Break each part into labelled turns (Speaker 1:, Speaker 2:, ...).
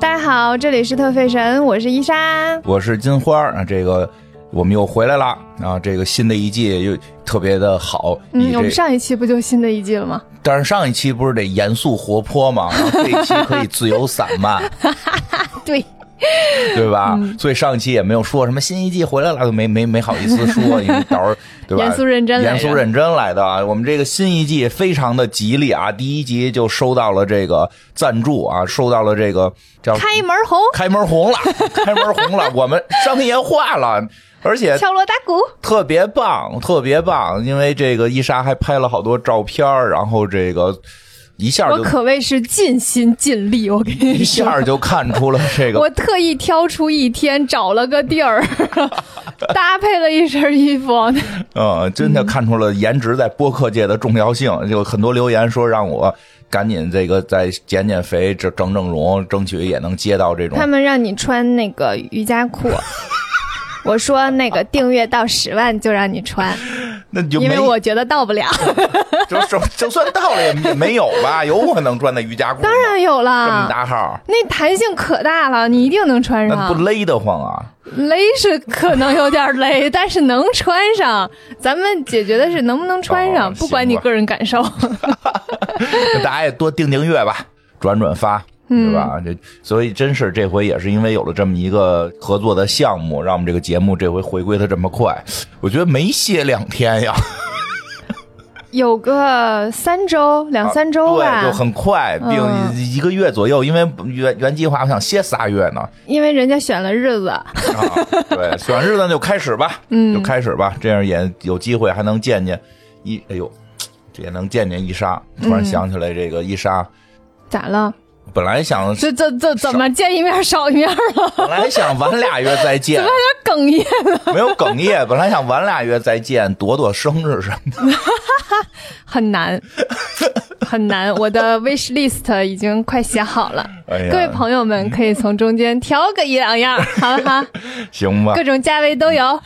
Speaker 1: 大家好，这里是特费神，我是伊莎。
Speaker 2: 我是金花儿啊，这个我们又回来了啊，这个新的一季又特别的好。以
Speaker 1: 嗯，
Speaker 2: 这哦
Speaker 1: 我们上一期不就新的一季了吗？
Speaker 2: 但是上一期不是得严肃活泼嘛，然后这一期可以自由散漫，
Speaker 1: 对，嗯
Speaker 2: 对吧？所以上一期也没有说什么新一季回来了，都没没没好意思说，因为到时 候对吧？
Speaker 1: 严肃认真来着
Speaker 2: 严肃认真来的啊。我们这个新一季非常的吉利啊，第一集就收到了这个赞助啊，收到了这个叫
Speaker 1: 开门红，
Speaker 2: 开门 红了，开门红了，我们商业化了，而且
Speaker 1: 敲锣打鼓，
Speaker 2: 特别棒，特别棒！因为这个伊莎还拍了好多照片儿，然后这个一下
Speaker 1: 我
Speaker 2: 就
Speaker 1: 可谓是尽心尽力。我跟你
Speaker 2: 一
Speaker 1: 说，
Speaker 2: 下就看出了这个
Speaker 1: 我特意挑出一天，找了个地儿， 搭配了一身衣服。
Speaker 2: 呃，真的看出了颜值在播客界的重要性。有很多留言说让我赶紧这个再减减肥，整整整容，争取也能接到这种
Speaker 1: 他。们让你穿那个瑜伽 裤。我说那个订阅到十万就让你穿，
Speaker 2: 那就
Speaker 1: 因
Speaker 2: 没
Speaker 1: 为我觉得到 不了。
Speaker 2: 就 就就算到了也也没有吧？有我能穿的瑜伽裤吗，
Speaker 1: 当然啊有
Speaker 2: 这么
Speaker 1: 啦，
Speaker 2: 大号，
Speaker 1: 那弹性可大了，你一定能穿
Speaker 2: 那
Speaker 1: 上。
Speaker 2: 不勒得慌啊？
Speaker 1: 勒是可能有点勒，但是能穿上。咱们解决的是能不能穿上，
Speaker 2: 哦
Speaker 1: 不管你
Speaker 2: 行吧
Speaker 1: 个人感受。
Speaker 2: 那大家也多订订阅吧，转转发，对
Speaker 1: 嗯
Speaker 2: 吧？这所以真是这回也是因为有了这么一个合作的项目，让我们这个节目这回回归的这么快，我觉得没歇两天呀，
Speaker 1: 有个三周、两三周吧，
Speaker 2: 对，就很快，并
Speaker 1: 嗯
Speaker 2: 一个月左右，因为原原计划我想歇仨月呢，
Speaker 1: 因为人家选了日子。
Speaker 2: 啊，对，选日子就开 始吧，嗯，就开始吧，这样也有机会还能见见一，哎呦，这也能见见伊莎，突
Speaker 1: 嗯
Speaker 2: 然想起来这个伊莎，
Speaker 1: 咋了？
Speaker 2: 本来想
Speaker 1: 这这这怎么见一面少一面了？
Speaker 2: 本来想晚俩月 再见。
Speaker 1: 哽咽。
Speaker 2: 没有哽咽，本来想晚俩月再见，躲躲生日什 么的。
Speaker 1: 很 难，很难。我的 wish list 已经快写好了，
Speaker 2: 哎呀
Speaker 1: 各位朋友们可以从中间挑个一两样 儿，好不好？
Speaker 2: 行吧
Speaker 1: 各，种价位都有，
Speaker 2: 啊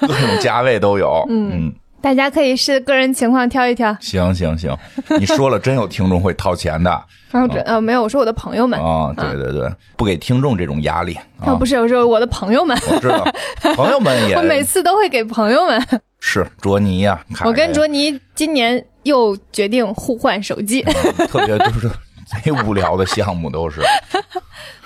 Speaker 2: 各种价位都有。嗯，
Speaker 1: 大家可以视个人情况挑一挑。
Speaker 2: 行行行，你说了，真有听众会掏 钱的
Speaker 1: 然后这呃没有，我说我的朋友们，
Speaker 2: 啊！对对对，不给听众这种压力
Speaker 1: 哦
Speaker 2: 啊。
Speaker 1: 不是，我说我的朋友们，
Speaker 2: 我知道，朋友们
Speaker 1: 我每
Speaker 2: 也
Speaker 1: 次都会给朋友们。
Speaker 2: 是卓尼呀、凯
Speaker 1: 我跟卓尼今年又决定互换手机，
Speaker 2: 啊特别就是贼无聊的项目，都是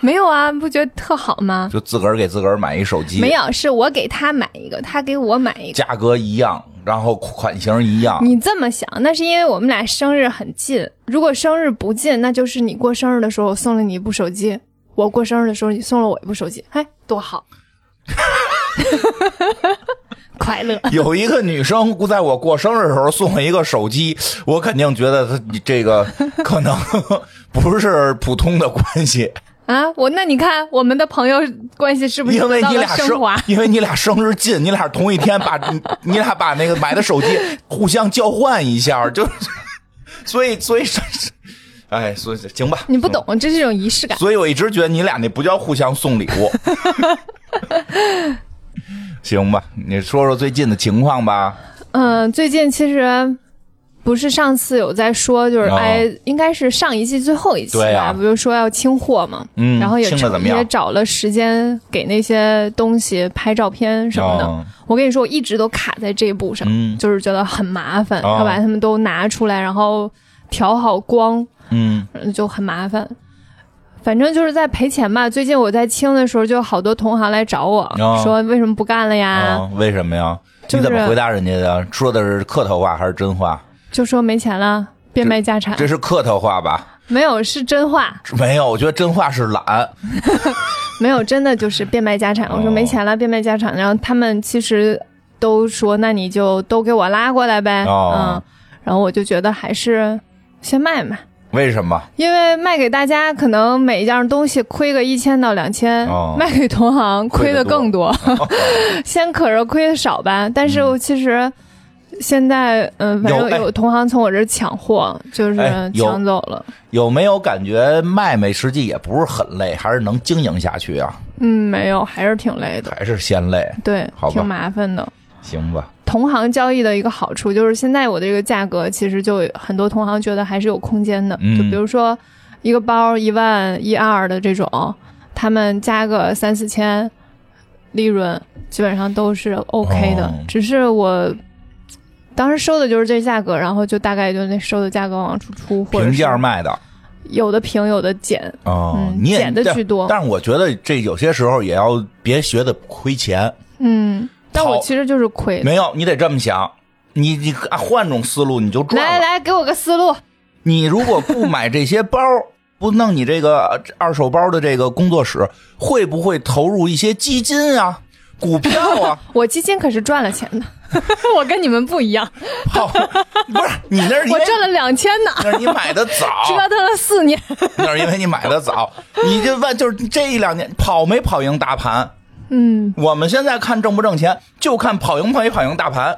Speaker 1: 没有啊？不觉得特好吗？
Speaker 2: 就自个儿给自个儿买一手机，
Speaker 1: 没有，是我给他买一个，他给我买一个。
Speaker 2: 价格一样，然后款型一样，
Speaker 1: 你这么想，那是因为我们俩生日很近。如果生日不近，那就是你过生日的时候我送了你一部手机，我过生日的时候你送了我一部手机，哎，多好！ 快乐，
Speaker 2: 有一个女生在我过生日的时候送我一个手机， 我肯定觉得她这个可能不是普通的关系，
Speaker 1: 啊，我那你看我们的朋友关系是不是
Speaker 2: 因为
Speaker 1: 得到
Speaker 2: 你
Speaker 1: 了
Speaker 2: 俩生
Speaker 1: 升华？，
Speaker 2: 因为你俩生日近，你俩同一天把 你你俩把那个买的手机互相交换一下，就是， 所以所以 是，哎，所以行吧，
Speaker 1: 你不懂，这是一种仪式感。
Speaker 2: 嗯所以我一直觉得你俩那不叫互相送礼物。 行吧，你说说最近的情况吧。
Speaker 1: 嗯，最近其实不是上次有在说，就是
Speaker 2: 哦
Speaker 1: 哎，应该是上一季最后一期
Speaker 2: 对
Speaker 1: 吧，
Speaker 2: 啊
Speaker 1: 不就说要清货嘛，
Speaker 2: 嗯
Speaker 1: 然后也
Speaker 2: 清得
Speaker 1: 找
Speaker 2: 怎么样
Speaker 1: 也找了时间给那些东西拍照片什么的。
Speaker 2: 哦
Speaker 1: 我跟你说，我一直都卡在这一步上，
Speaker 2: 嗯
Speaker 1: 就是觉得很麻烦，
Speaker 2: 哦
Speaker 1: 要把它们都拿出来，然后调好光，
Speaker 2: 嗯，
Speaker 1: 嗯就很麻烦。反正就是在赔钱吧。最近我在清的时候，就有好多同行来找我、
Speaker 2: 哦
Speaker 1: 说为什么不干了呀？
Speaker 2: 啊，为什么呀？
Speaker 1: 就
Speaker 2: 你怎
Speaker 1: 是
Speaker 2: 么回答人家的？说的是客套话还是真话？
Speaker 1: 就说没钱了，变卖家产。
Speaker 2: 这是客套话吧？
Speaker 1: 没有，是真话。
Speaker 2: 没有，我觉得真话是懒。
Speaker 1: 没有，真的就是变卖家产。我说
Speaker 2: 哦
Speaker 1: 没钱了，变卖家产。然后他们其实都说，那你就都给我拉过来呗。
Speaker 2: 哦
Speaker 1: 嗯，然后我就觉得还是先卖卖，
Speaker 2: 为 什么？
Speaker 1: 因为卖给大家，可能每一样东西亏个一千到两千、
Speaker 2: 哦
Speaker 1: 卖给同行亏的
Speaker 2: 得多
Speaker 1: 更多。 先可着亏的少吧，但是我其实。现在，嗯，反
Speaker 2: 有
Speaker 1: 正
Speaker 2: 哎
Speaker 1: 有同行从我这儿抢货，就是
Speaker 2: 哎有
Speaker 1: 抢走了。
Speaker 2: 有没有感觉卖卖实际也不是很累，还是能经营下去啊？
Speaker 1: 嗯，没有，还是挺累的，
Speaker 2: 还是嫌累？
Speaker 1: 对
Speaker 2: 好，吧
Speaker 1: 挺麻烦的。
Speaker 2: 行吧，
Speaker 1: 同行交易的一个好处就是，现在我的这个价格其实就很多同行觉得还是有空间的，
Speaker 2: 嗯
Speaker 1: 就比如说一个包一万一二的这种，他们加个三四千利润，基本上都是 OK 的。
Speaker 2: 哦
Speaker 1: 只是我当时收的就是这价格，然后就大概就那收的价格往出出，或者
Speaker 2: 平价
Speaker 1: 是
Speaker 2: 卖的
Speaker 1: 有的平有的减，
Speaker 2: 哦，
Speaker 1: 嗯
Speaker 2: 你也
Speaker 1: 捡的
Speaker 2: 但
Speaker 1: 居多
Speaker 2: 但是我觉得这有些时候也要别学的亏钱，
Speaker 1: 嗯。但我
Speaker 2: 好
Speaker 1: 其实就是亏的。
Speaker 2: 没有，你得这么想。你你啊换种思路你就赚了。
Speaker 1: 来来，给我个思路。
Speaker 2: 你如果不买这些包，不弄你这个呃二手包的这个工作室，会不会投入一些基金啊、股票 啊？
Speaker 1: 我基金可是赚了钱的， 我跟你们不一样，
Speaker 2: 好，不是你那是因
Speaker 1: 我
Speaker 2: 为
Speaker 1: 赚了两千呢，
Speaker 2: 那是你买的 早，
Speaker 1: 折腾了四 年。
Speaker 2: 那是因为你买的早。你就问，就是这一两年跑没跑赢大盘？
Speaker 1: 嗯，
Speaker 2: 我们现在看挣不挣钱，就看跑赢没跑赢大盘。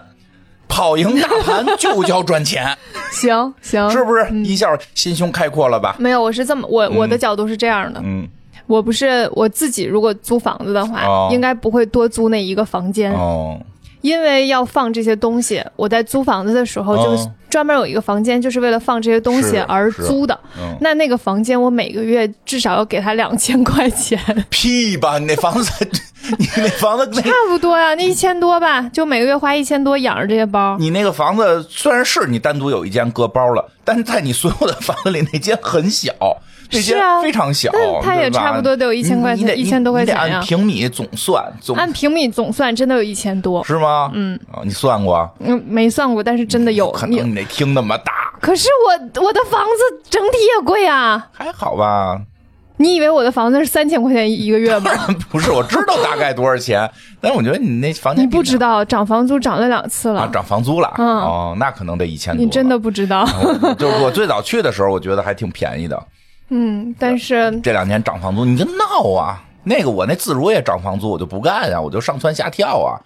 Speaker 2: 跑赢大盘就叫赚钱，
Speaker 1: 行行，
Speaker 2: 是不是？
Speaker 1: 嗯
Speaker 2: 一下心胸开阔了吧？
Speaker 1: 没有，我是这么，我我的角度是这样的，
Speaker 2: 嗯，
Speaker 1: 我不是我自己，如果租房子的话，
Speaker 2: 哦
Speaker 1: 应该不会多租那一个房间，
Speaker 2: 哦，
Speaker 1: 因为要放这些东西。我在租房子的时候，
Speaker 2: 哦
Speaker 1: 就专门有一个房间，就是为了放这些东西
Speaker 2: 是
Speaker 1: 而
Speaker 2: 是
Speaker 1: 租的。
Speaker 2: 嗯，
Speaker 1: 那那个房间，我每个月至少要给他两千块钱，差
Speaker 2: 屁吧！你那房子， 你那房子那。
Speaker 1: 不多呀、那一千多吧，就每个月花一千多养着这些包。
Speaker 2: 你那个房子虽然是你单独有一间搁包了，但是在你所有的房子里，那间很 小，那
Speaker 1: 是
Speaker 2: 间
Speaker 1: 啊
Speaker 2: 非常小，
Speaker 1: 但它也
Speaker 2: 对吧
Speaker 1: 差不多得有1000块钱
Speaker 2: 你你得
Speaker 1: 1000多块钱
Speaker 2: 你得
Speaker 1: 呀
Speaker 2: 按平米总算，总
Speaker 1: 按平米总算真的有一千多，
Speaker 2: 是吗？嗯，你算过？
Speaker 1: 嗯，没算过，但是真的有。
Speaker 2: 可
Speaker 1: 你
Speaker 2: 能你那厅那么大，
Speaker 1: 可是我我的房子整体也贵啊！
Speaker 2: 还好吧？
Speaker 1: 你以为我的房子是三千块钱一个月 吗？
Speaker 2: 不是，我知道大概多少钱，但是我觉得你那房间
Speaker 1: 你不知道涨房租涨了两次了，
Speaker 2: 啊，涨房租了，
Speaker 1: 嗯
Speaker 2: 哦，那可能得一千多。
Speaker 1: 你真的，不知 道。
Speaker 2: 就是我最早去的时候，我觉得还挺便宜的，
Speaker 1: 嗯，但是
Speaker 2: 这两年涨房租，你就闹啊！那个我那自如也涨房租，我就不干啊，我就上蹿下跳啊。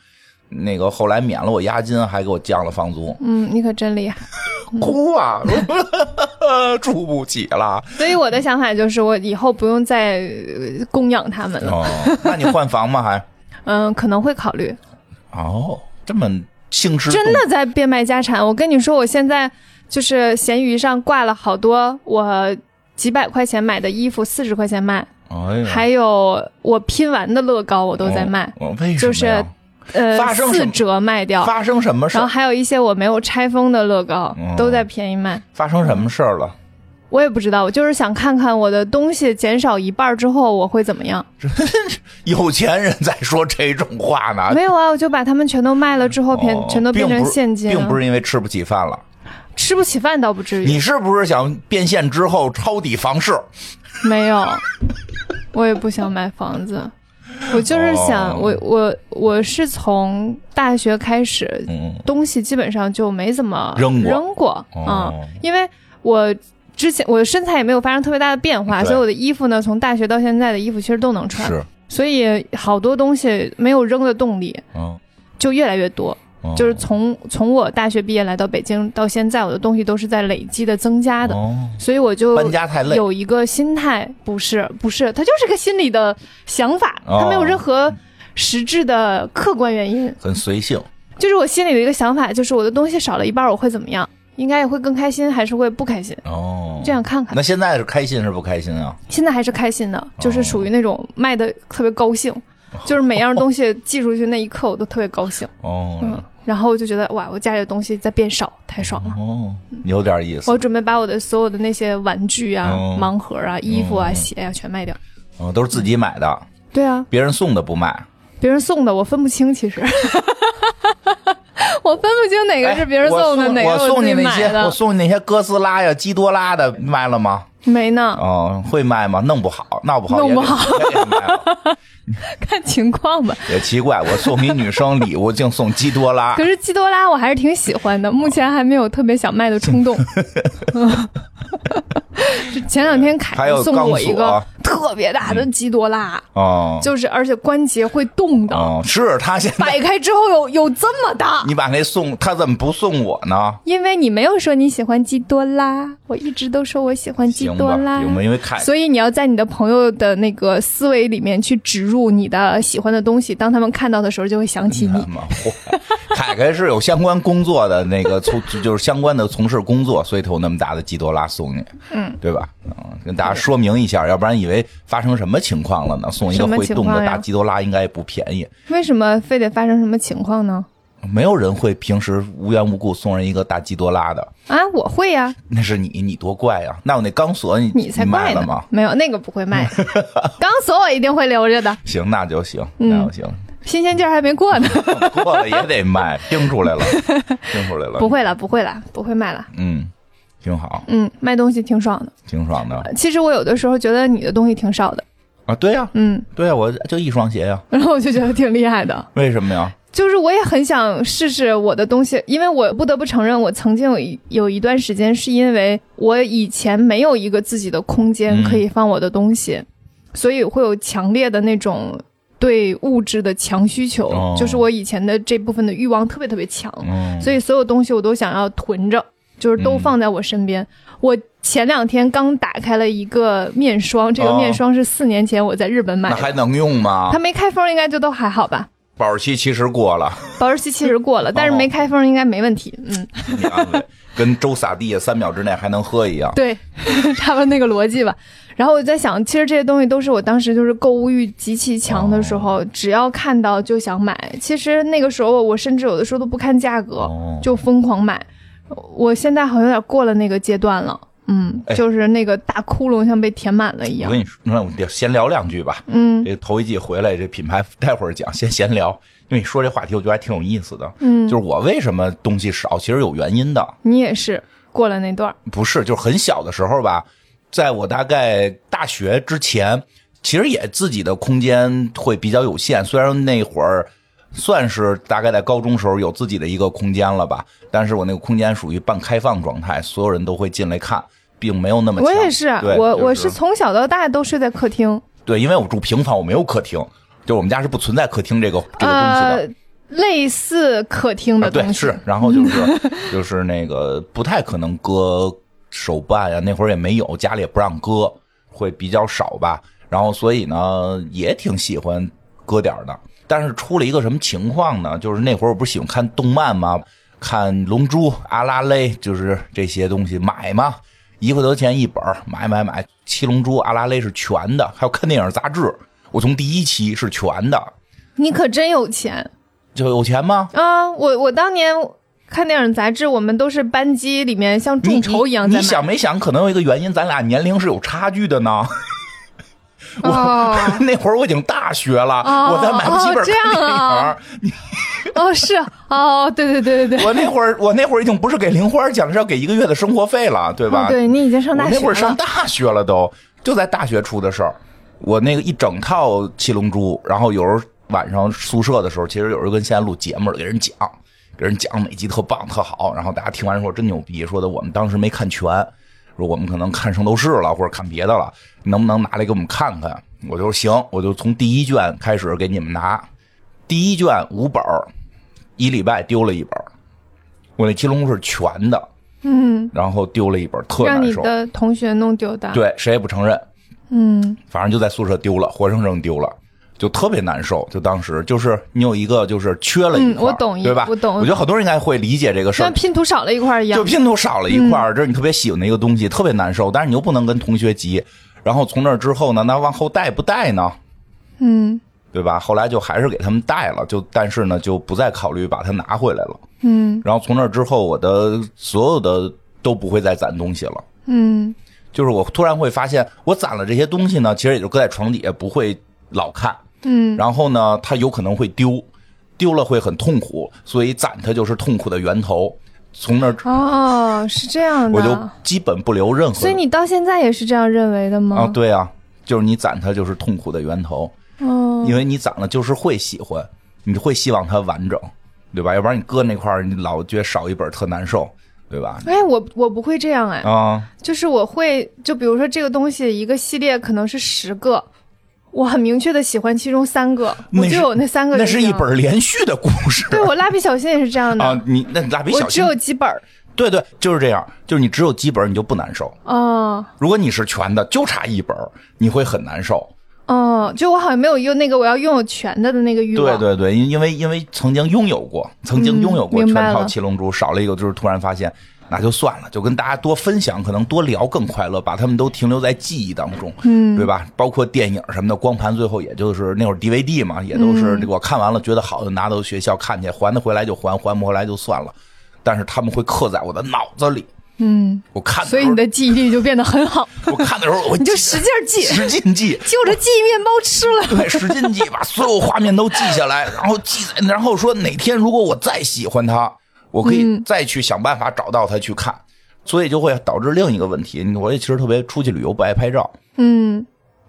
Speaker 2: 那个后来免了我押金，还给我降了房租，
Speaker 1: 嗯，你可真厉害。
Speaker 2: 哭啊， 住不起了。
Speaker 1: 所以我的想法就是，我以后不用再呃供养他们了。
Speaker 2: 哦，那你换房吗？还
Speaker 1: 嗯，可能会考虑。
Speaker 2: 哦，这么兴师
Speaker 1: 真
Speaker 2: 动
Speaker 1: 的在变卖家产。我跟你说，我现在就是闲鱼上挂了好多我几百块钱买的衣服，四十块钱卖，
Speaker 2: 众，哎呀，
Speaker 1: 还有我拼完的乐高，我都在卖。
Speaker 2: 哦，哦为什么呀
Speaker 1: 就是呃，
Speaker 2: 发生什
Speaker 1: 四
Speaker 2: 么
Speaker 1: 折卖掉。
Speaker 2: 发生什么事
Speaker 1: 然后
Speaker 2: 儿？
Speaker 1: 还有一些我没有拆封的乐高，
Speaker 2: 嗯
Speaker 1: 都在便宜卖。
Speaker 2: 发生什么事儿了？
Speaker 1: 我也不知道，我就是想看看我的东西减少一半儿之后我会怎么样。
Speaker 2: 有钱人在说这种话呢。
Speaker 1: 没有啊，我就把它们全都卖了之后，变、
Speaker 2: 哦
Speaker 1: 全都变成现金
Speaker 2: 并不是，并不
Speaker 1: 是
Speaker 2: 是因为吃不起饭了。
Speaker 1: 吃不起饭倒不至于，
Speaker 2: 你是不是想变现之后抄底房市？
Speaker 1: 没有，我也不想买房子。我就是想，
Speaker 2: 哦
Speaker 1: 我我我是从大学开始，
Speaker 2: 嗯，
Speaker 1: 东西基本上就没怎么
Speaker 2: 扔
Speaker 1: 过，
Speaker 2: 过
Speaker 1: 扔过，
Speaker 2: 哦
Speaker 1: 嗯，因为我之前我的身材也没有发生特别大的变化，
Speaker 2: 对
Speaker 1: 所以我的衣服呢，从大学到现在的衣服其实都能穿，
Speaker 2: 是，
Speaker 1: 所以好多东西没有扔的动力，
Speaker 2: 嗯，
Speaker 1: 就越来越多。
Speaker 2: 嗯
Speaker 1: 就是从从我大学毕业来到北京到现在，我的东西都是在累积的增加的，
Speaker 2: 哦，
Speaker 1: 所以我就
Speaker 2: 搬家太累，
Speaker 1: 有一个心态，不是不是，它就是个心理的想法，
Speaker 2: 哦
Speaker 1: 它没有任何实质的客观原因。
Speaker 2: 很随性。
Speaker 1: 就是我心里有一个想法，就是我的东西少了一半，我会怎么样？应该也会更开心，还是会不开心？
Speaker 2: 哦，
Speaker 1: 这样看看，
Speaker 2: 那现在是开心是不开心啊？
Speaker 1: 现在还是开心的，就是属于那种卖的特别高兴，就是每样东西寄出去那一刻，我都特别高兴。
Speaker 2: 哦
Speaker 1: 嗯，然后我就觉得哇，我家里的东西在变少，太爽了。
Speaker 2: 哦，有点意思
Speaker 1: 我。准备把我的所有的那些玩具啊、
Speaker 2: 哦
Speaker 1: 盲盒啊、衣服啊、
Speaker 2: 嗯
Speaker 1: 鞋啊全卖掉。
Speaker 2: 哦，都是自己买的，
Speaker 1: 对啊，
Speaker 2: 别人送的不卖。
Speaker 1: 别人送的，我分不清，其 实，我分不清哪
Speaker 2: 哎
Speaker 1: 个是别人
Speaker 2: 我
Speaker 1: 送的，哪个
Speaker 2: 我
Speaker 1: 自
Speaker 2: 送你
Speaker 1: 己
Speaker 2: 那
Speaker 1: 买
Speaker 2: 些，
Speaker 1: 的
Speaker 2: 我。送你那些哥斯拉呀、基多拉的，卖了吗？
Speaker 1: 没呢，
Speaker 2: 哦，会卖吗？弄不好，闹不好也
Speaker 1: 弄
Speaker 2: 给，
Speaker 1: 不好
Speaker 2: 也给卖了，
Speaker 1: 看情况吧。
Speaker 2: 也奇怪。我送一女生礼物，竟送基多拉
Speaker 1: 可，是基多拉我还是挺喜欢的，目前还没有特别想卖的冲动。 就前两天凯
Speaker 2: 哦还有
Speaker 1: 子送我一
Speaker 2: 钢
Speaker 1: 个
Speaker 2: 索啊嗯
Speaker 1: 特别大的基多拉，
Speaker 2: 哦，
Speaker 1: 就是而且关节会动的，
Speaker 2: 哦，是他现 在
Speaker 1: 摆开之后有有这么大。
Speaker 2: 你把那送他怎么不送我呢？
Speaker 1: 因为你没有说你喜欢基多拉，我一直都说我喜欢基
Speaker 2: 行
Speaker 1: 多
Speaker 2: 吧，
Speaker 1: 拉。
Speaker 2: 行吧，因为看
Speaker 1: 所以你要在你的朋友的那个思维里面去植入你的喜欢的东西，当他们看到的时候就会想起
Speaker 2: 那
Speaker 1: 你。
Speaker 2: 么坏，凯凯是有相关工作的那个从就是相关的从事工作，所以他有那么大的基多拉送你，嗯，对吧？嗯，跟大家说明一下，要不然以为发生什么情况了呢？送一个
Speaker 1: 什么
Speaker 2: 会
Speaker 1: 情
Speaker 2: 动的
Speaker 1: 况呀
Speaker 2: 大基多拉应该也不便宜，
Speaker 1: 为什么非得发生什么情况呢？
Speaker 2: 没有人会平时无缘无故送人一个大基多拉的，
Speaker 1: 啊，我会呀、
Speaker 2: 那是你，你多怪呀、那我那钢索你
Speaker 1: 你才
Speaker 2: 卖
Speaker 1: 怪
Speaker 2: 了
Speaker 1: 呢
Speaker 2: 吗？
Speaker 1: 没有那个不会 卖，钢索我一定会留着的，
Speaker 2: 行，那就行，
Speaker 1: 嗯
Speaker 2: 那就行，
Speaker 1: 新鲜劲儿还没过呢。
Speaker 2: 过了也得卖，定出来 了，定出来了，
Speaker 1: 不会了，不会了，不会卖了。
Speaker 2: 嗯，挺好，
Speaker 1: 嗯，卖东西挺爽的。
Speaker 2: 挺爽的
Speaker 1: 其实我有的时候觉得你的东西挺少的，
Speaker 2: 啊！对呀、
Speaker 1: 嗯，
Speaker 2: 对呀、我就一双鞋呀、
Speaker 1: 然后我就觉得挺厉害的。
Speaker 2: 为什么呀？
Speaker 1: 就是我也很想试试我的东西，因为我不得不承认，我曾经有一有一段时间是因为我以前没有一个自己的空间
Speaker 2: 嗯
Speaker 1: 可以放我的东西，所以会有强烈的那种对物质的强需求，
Speaker 2: 哦
Speaker 1: 就是我以前的这部分的欲望特别特别强，
Speaker 2: 嗯，
Speaker 1: 所以所有东西我都想要囤着，就是都
Speaker 2: 嗯
Speaker 1: 放在我身边。我前两天刚打开了一个面霜，这个
Speaker 2: 哦
Speaker 1: 面霜是四年前我在日本买
Speaker 2: 那
Speaker 1: 的，
Speaker 2: 还能用吗
Speaker 1: 它？没开封，应该就都还好吧。
Speaker 2: 保质期其实 过了，
Speaker 1: 保质期其实
Speaker 2: 哦
Speaker 1: 过了，但是没开封应该没问题。嗯，
Speaker 2: 你安慰，跟周撒地三秒之内还能喝一样。
Speaker 1: 对， 差不多那个逻辑吧。然后我在想，其实这些东西都是我当时就是购物欲极其强的时候，
Speaker 2: 哦
Speaker 1: 只要看到就想买。其实那个时候，我甚至有的时候都不看价格，
Speaker 2: 哦
Speaker 1: 就疯狂买。我现在好像有点过了那个阶段了，嗯，
Speaker 2: 哎
Speaker 1: 就是那个大窟窿像被填满了一
Speaker 2: 我
Speaker 1: 样
Speaker 2: 跟。你说，那我得闲聊两句吧。
Speaker 1: 嗯
Speaker 2: 这头一季回来，这品牌待会儿讲， 先闲聊。因为你说这话题，我觉得还挺有意思的。嗯，就是我为什么东西少，其实有原因的。
Speaker 1: 你也是过了那段儿，
Speaker 2: 不是，就是很小的时候吧，在我大概大学之前，其实也自己的空间会比较有限。虽然那会儿算是大概在高中时候有自己的一个空间了吧，但是我那个空间属于半开放状态，所有人都会进来看，并没有那么
Speaker 1: 我
Speaker 2: 强。
Speaker 1: 也是，
Speaker 2: 对
Speaker 1: 我
Speaker 2: 就
Speaker 1: 我
Speaker 2: 是
Speaker 1: 是从小到大都睡在客厅，
Speaker 2: 对，因为我住平房，我没有客厅，就我们家是不存在客厅这个这个东西的。
Speaker 1: 呃，类似客厅
Speaker 2: 啊，
Speaker 1: 的东西、
Speaker 2: 对，是，然后就是 就是那个不太可能割手办呀，那会儿也没有，家里也不让割，会比较少吧。然后所以呢，也挺喜欢割点儿的。但是出了一个什么情况呢？就是那会儿我不是喜欢看动漫吗？看《龙珠》《阿拉蕾》，就是这些东西买嘛，一块多钱一本儿，买买买。《七龙珠》《阿拉蕾》是全的，还有看电影杂志，我从第一期是全的。
Speaker 1: 你可真有钱
Speaker 2: 就有钱吗？
Speaker 1: 啊！我我当年看电影杂志，我们都是班级里面像众筹一样
Speaker 2: 你
Speaker 1: 在
Speaker 2: 你。你
Speaker 1: 买。
Speaker 2: 想没想，可能有一个原因，咱俩年龄是有差距的呢。
Speaker 1: 哦
Speaker 2: 那会儿我已经大学了，
Speaker 1: 哦
Speaker 2: 我再买不起本
Speaker 1: 哦这样
Speaker 2: 看电影儿。
Speaker 1: 啊哦，是哦，对对对对对，
Speaker 2: 我那会儿，我那会儿已经不是给零花钱了，是要给一个月的生活费了，对吧？
Speaker 1: 哦对你已经上大
Speaker 2: 我
Speaker 1: 学
Speaker 2: 那会儿
Speaker 1: 了，
Speaker 2: 上大学了都，就在大学出的事儿。我那个一整套《七龙珠》，然后有时候晚上宿舍的时候，其实有时候跟现在录节目给人讲，给人讲每集特棒特好，然后大家听完说真牛逼，说的我们当时没看全，说我们可能看圣斗士了或者看别的了，能不能拿来给我们看看？我就说行，我就从第一卷开始给你们拿，第一卷五本儿，一礼拜丢了一本儿，我那《七龙珠》是全的，
Speaker 1: 嗯，
Speaker 2: 然后丢了一本儿，特
Speaker 1: 让
Speaker 2: 难
Speaker 1: 你
Speaker 2: 受。
Speaker 1: 的同学弄丢的。，
Speaker 2: 对，谁也不承认，
Speaker 1: 啊嗯，
Speaker 2: 反正就在宿舍丢了，活生生丢了，就特别难受。就当时就是你有一个就是缺了一
Speaker 1: 嗯
Speaker 2: 块儿，
Speaker 1: 我懂
Speaker 2: 对吧？
Speaker 1: 我懂
Speaker 2: 我觉得好多人应该会理解这个事
Speaker 1: 像
Speaker 2: 儿，
Speaker 1: 拼图少了一块一样嗯
Speaker 2: 就。拼图少了一块儿，这是你特别喜欢的一个东西，特别难受，但是你又不能跟同学急。然后从那之后呢，那往后带不带呢？
Speaker 1: 嗯
Speaker 2: 对吧？后来就还是给他们带了，就但是呢，就不再考虑把它拿回来了。
Speaker 1: 嗯
Speaker 2: 然后从那之后，我的所有的都不会再攒东西了。
Speaker 1: 嗯，
Speaker 2: 就是我突然会发现，我攒了这些东西呢，其实也就搁在床底下，不会老看。
Speaker 1: 嗯，
Speaker 2: 然后呢，它有可能会丢，丢了会很痛苦，所以攒它就是痛苦的源头。从那儿
Speaker 1: 哦，是这样
Speaker 2: 我就
Speaker 1: 的。
Speaker 2: 基本不留任何。
Speaker 1: 所以你到现在也是这样认为的吗？
Speaker 2: 啊，对啊，就是你攒它就是痛苦的源头，
Speaker 1: 哦，
Speaker 2: 因为你攒了就是会喜欢，你会希望它完整，对吧？要不然你搁那块儿，你老觉得少一本特难受，对吧？
Speaker 1: 哎，我我不会这样哎。
Speaker 2: 啊，
Speaker 1: 就是我会，就比如说这个东西，一个系列可能是十个，我很明确的喜欢其中三个，
Speaker 2: 那
Speaker 1: 我
Speaker 2: 是
Speaker 1: 就有那三个。
Speaker 2: 那是一。本连续的故事
Speaker 1: 对我蜡笔小新也是这样的，
Speaker 2: 啊！你那蜡笔
Speaker 1: 我
Speaker 2: 小
Speaker 1: 只
Speaker 2: 新
Speaker 1: 有几本儿
Speaker 2: 对对，就是这样，就是你只有几本你就不难受。
Speaker 1: 哦，
Speaker 2: 如果你是全的，就差一本，你会很难受。
Speaker 1: 哦，就我好像没有用那个我要拥有权的的那个欲
Speaker 2: 对
Speaker 1: 望。
Speaker 2: 对对，因因为因为曾经拥有过，曾经拥有过
Speaker 1: 嗯
Speaker 2: 全
Speaker 1: 明白
Speaker 2: 套
Speaker 1: 了
Speaker 2: 七龙珠，少了一个就是突然发现，那就算了，就跟大家多分享，可能多聊更快乐，把他们都停留在记忆当中，嗯，对吧？包括电影什么的，光盘最后也就是那会儿 DVD 嘛，也都
Speaker 1: 嗯
Speaker 2: 是我看完了觉得好就拿到学校看去，还得回来就还，还不回来就算了。但是他们会刻在我的脑子里，嗯，我看的
Speaker 1: 所
Speaker 2: 时
Speaker 1: 以
Speaker 2: 候
Speaker 1: 你的记忆力就变得很 好，
Speaker 2: 我看的时候我
Speaker 1: 你就使劲儿记，
Speaker 2: 使劲记，
Speaker 1: 就着记面包吃了。
Speaker 2: 对，使劲记，把所有画面都记下来，然后记在，然后说哪天如果我再喜欢它，我可
Speaker 1: 嗯
Speaker 2: 以再去想办法找到它去看，所以就会导致另一个问题。我也其实特别出去旅游不爱拍照，
Speaker 1: 嗯，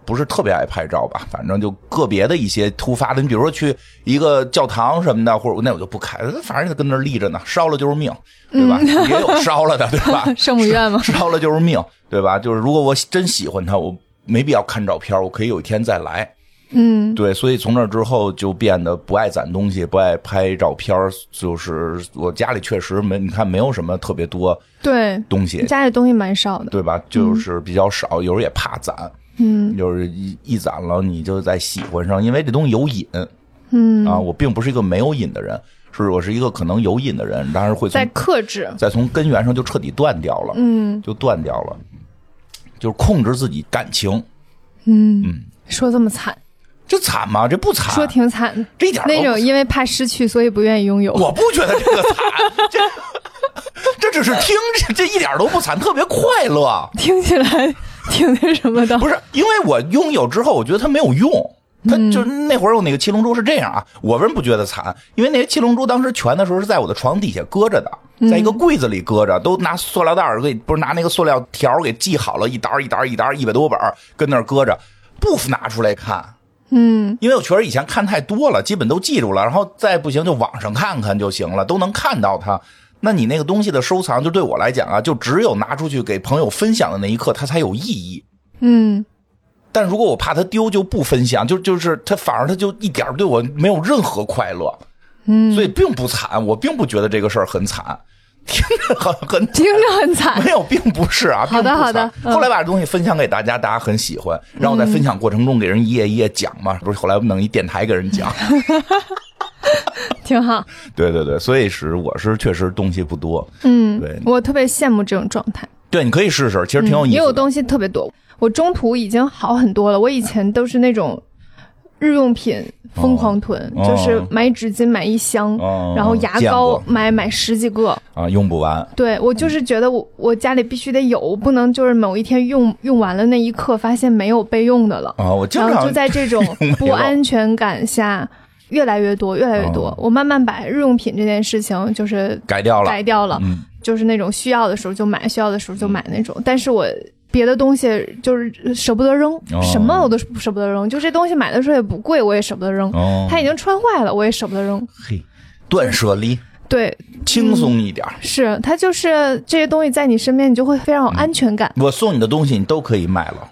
Speaker 2: 不是特别爱拍照吧，反正就个别的一些突发的，你比如说去一个教堂什么的，或者那我就不开，反正就跟那儿立着呢，烧了就是命，对吧？也有烧了的，对吧？
Speaker 1: 嗯 圣母院吗？
Speaker 2: 烧了就是命，对吧？就是如果我真喜欢它，我没必要看照片，我可以有一天再来。
Speaker 1: 嗯，
Speaker 2: 对，所以从那之后就变得不爱攒东西，不爱拍照片儿就是我家里确实没，你看没有什么特别多
Speaker 1: 对，
Speaker 2: 东西
Speaker 1: 你，家里东西蛮少的。
Speaker 2: 对吧？就是比较少，有时候也怕攒，
Speaker 1: 嗯，
Speaker 2: 就是一一攒了你就在喜欢上，因为这东西有瘾。嗯啊，我并不是一个没有瘾的人，是我是一个可能有瘾的人，当然会从
Speaker 1: 在克制。
Speaker 2: 再从根源上就彻底断掉了，
Speaker 1: 嗯
Speaker 2: 就断掉了，就是控制自己感情，
Speaker 1: 嗯，说这么惨，
Speaker 2: 这惨吗？这不惨，
Speaker 1: 说挺惨的。
Speaker 2: 啊这一点儿都
Speaker 1: 那
Speaker 2: 不
Speaker 1: 种因为怕失去，所以不愿意拥有。
Speaker 2: 我不觉得这个惨，这 这只是听着，这一点都不惨，特别快乐。
Speaker 1: 听起来 挺那什么的。
Speaker 2: 不是，因为我拥有之后，我觉得它没有用。它就是那会儿有那个七龙珠是这样啊，我为什么不觉得惨？因为那些七龙珠当时全的时候是在我的床底下搁着的，在一个柜子里搁着，都拿塑料袋儿给不是拿那个塑料条儿给系好了，一沓儿一沓儿一沓儿一百多本儿跟那儿搁着，不拿出来看。
Speaker 1: 嗯，
Speaker 2: 因为我确实以前看太多了，基本都记住了，然后再不行就网上看看就行了，都能看到它。那你那个东西的收藏，就对我来讲啊，就只有拿出去给朋友分享的那一刻，它才有意义。
Speaker 1: 嗯，
Speaker 2: 但如果我怕它丢，就不分享，就就是它反而它就一点儿对我没有任何快乐。嗯，所以并不惨，我并不觉得这个事儿很惨，听着很很
Speaker 1: 听着很惨
Speaker 2: 没。有，并不是啊。
Speaker 1: 好的
Speaker 2: 并不
Speaker 1: 好的
Speaker 2: 惨
Speaker 1: 嗯
Speaker 2: 后来把这东西分享给大家，大家很喜欢，然后在分享过程中给人一页一页讲嘛，不是后来我们弄一电台给 人讲。
Speaker 1: 挺好，
Speaker 2: 对对对，所以是我是确实东西不多。
Speaker 1: 嗯
Speaker 2: 对，
Speaker 1: 我特别羡慕这种状态，
Speaker 2: 对，哦你可以试试，其实挺有意
Speaker 1: 因为
Speaker 2: 思
Speaker 1: 我
Speaker 2: 的。
Speaker 1: 嗯东西特别多，我中途已经好很多了。我以前都是那种日用品疯狂囤，
Speaker 2: 哦
Speaker 1: 就是买纸巾买一箱，
Speaker 2: 哦
Speaker 1: 然后牙
Speaker 2: 见
Speaker 1: 膏
Speaker 2: 过
Speaker 1: 买买十几个。
Speaker 2: 啊，用不完。
Speaker 1: 对我就是觉得我我家里必须得有，我不能就是某一天用用完了那一刻发现没有备用的了。
Speaker 2: 啊，我经
Speaker 1: 然后
Speaker 2: 常
Speaker 1: 就在这种
Speaker 2: 用没
Speaker 1: 不
Speaker 2: 了
Speaker 1: 安全感下，越来越多，越来越多。
Speaker 2: 哦
Speaker 1: 我慢慢把日用品这件事情就是
Speaker 2: 改掉了，
Speaker 1: 改掉了，
Speaker 2: 嗯
Speaker 1: 就是那种需要的时候就买，需要的时候就买那种。但是我别的东西就是舍不得扔，
Speaker 2: 哦
Speaker 1: 什么我都不舍不得扔。就这东西买的时候也不贵，我也舍不得扔。
Speaker 2: 哦，
Speaker 1: 它已经穿坏了，我也舍不得扔。
Speaker 2: 嘿，断舍离，
Speaker 1: 对，
Speaker 2: 轻松一点儿。
Speaker 1: 是它就是这些东西在你身边，你就会非常有安全感。
Speaker 2: 我送你的东西你都可以卖了。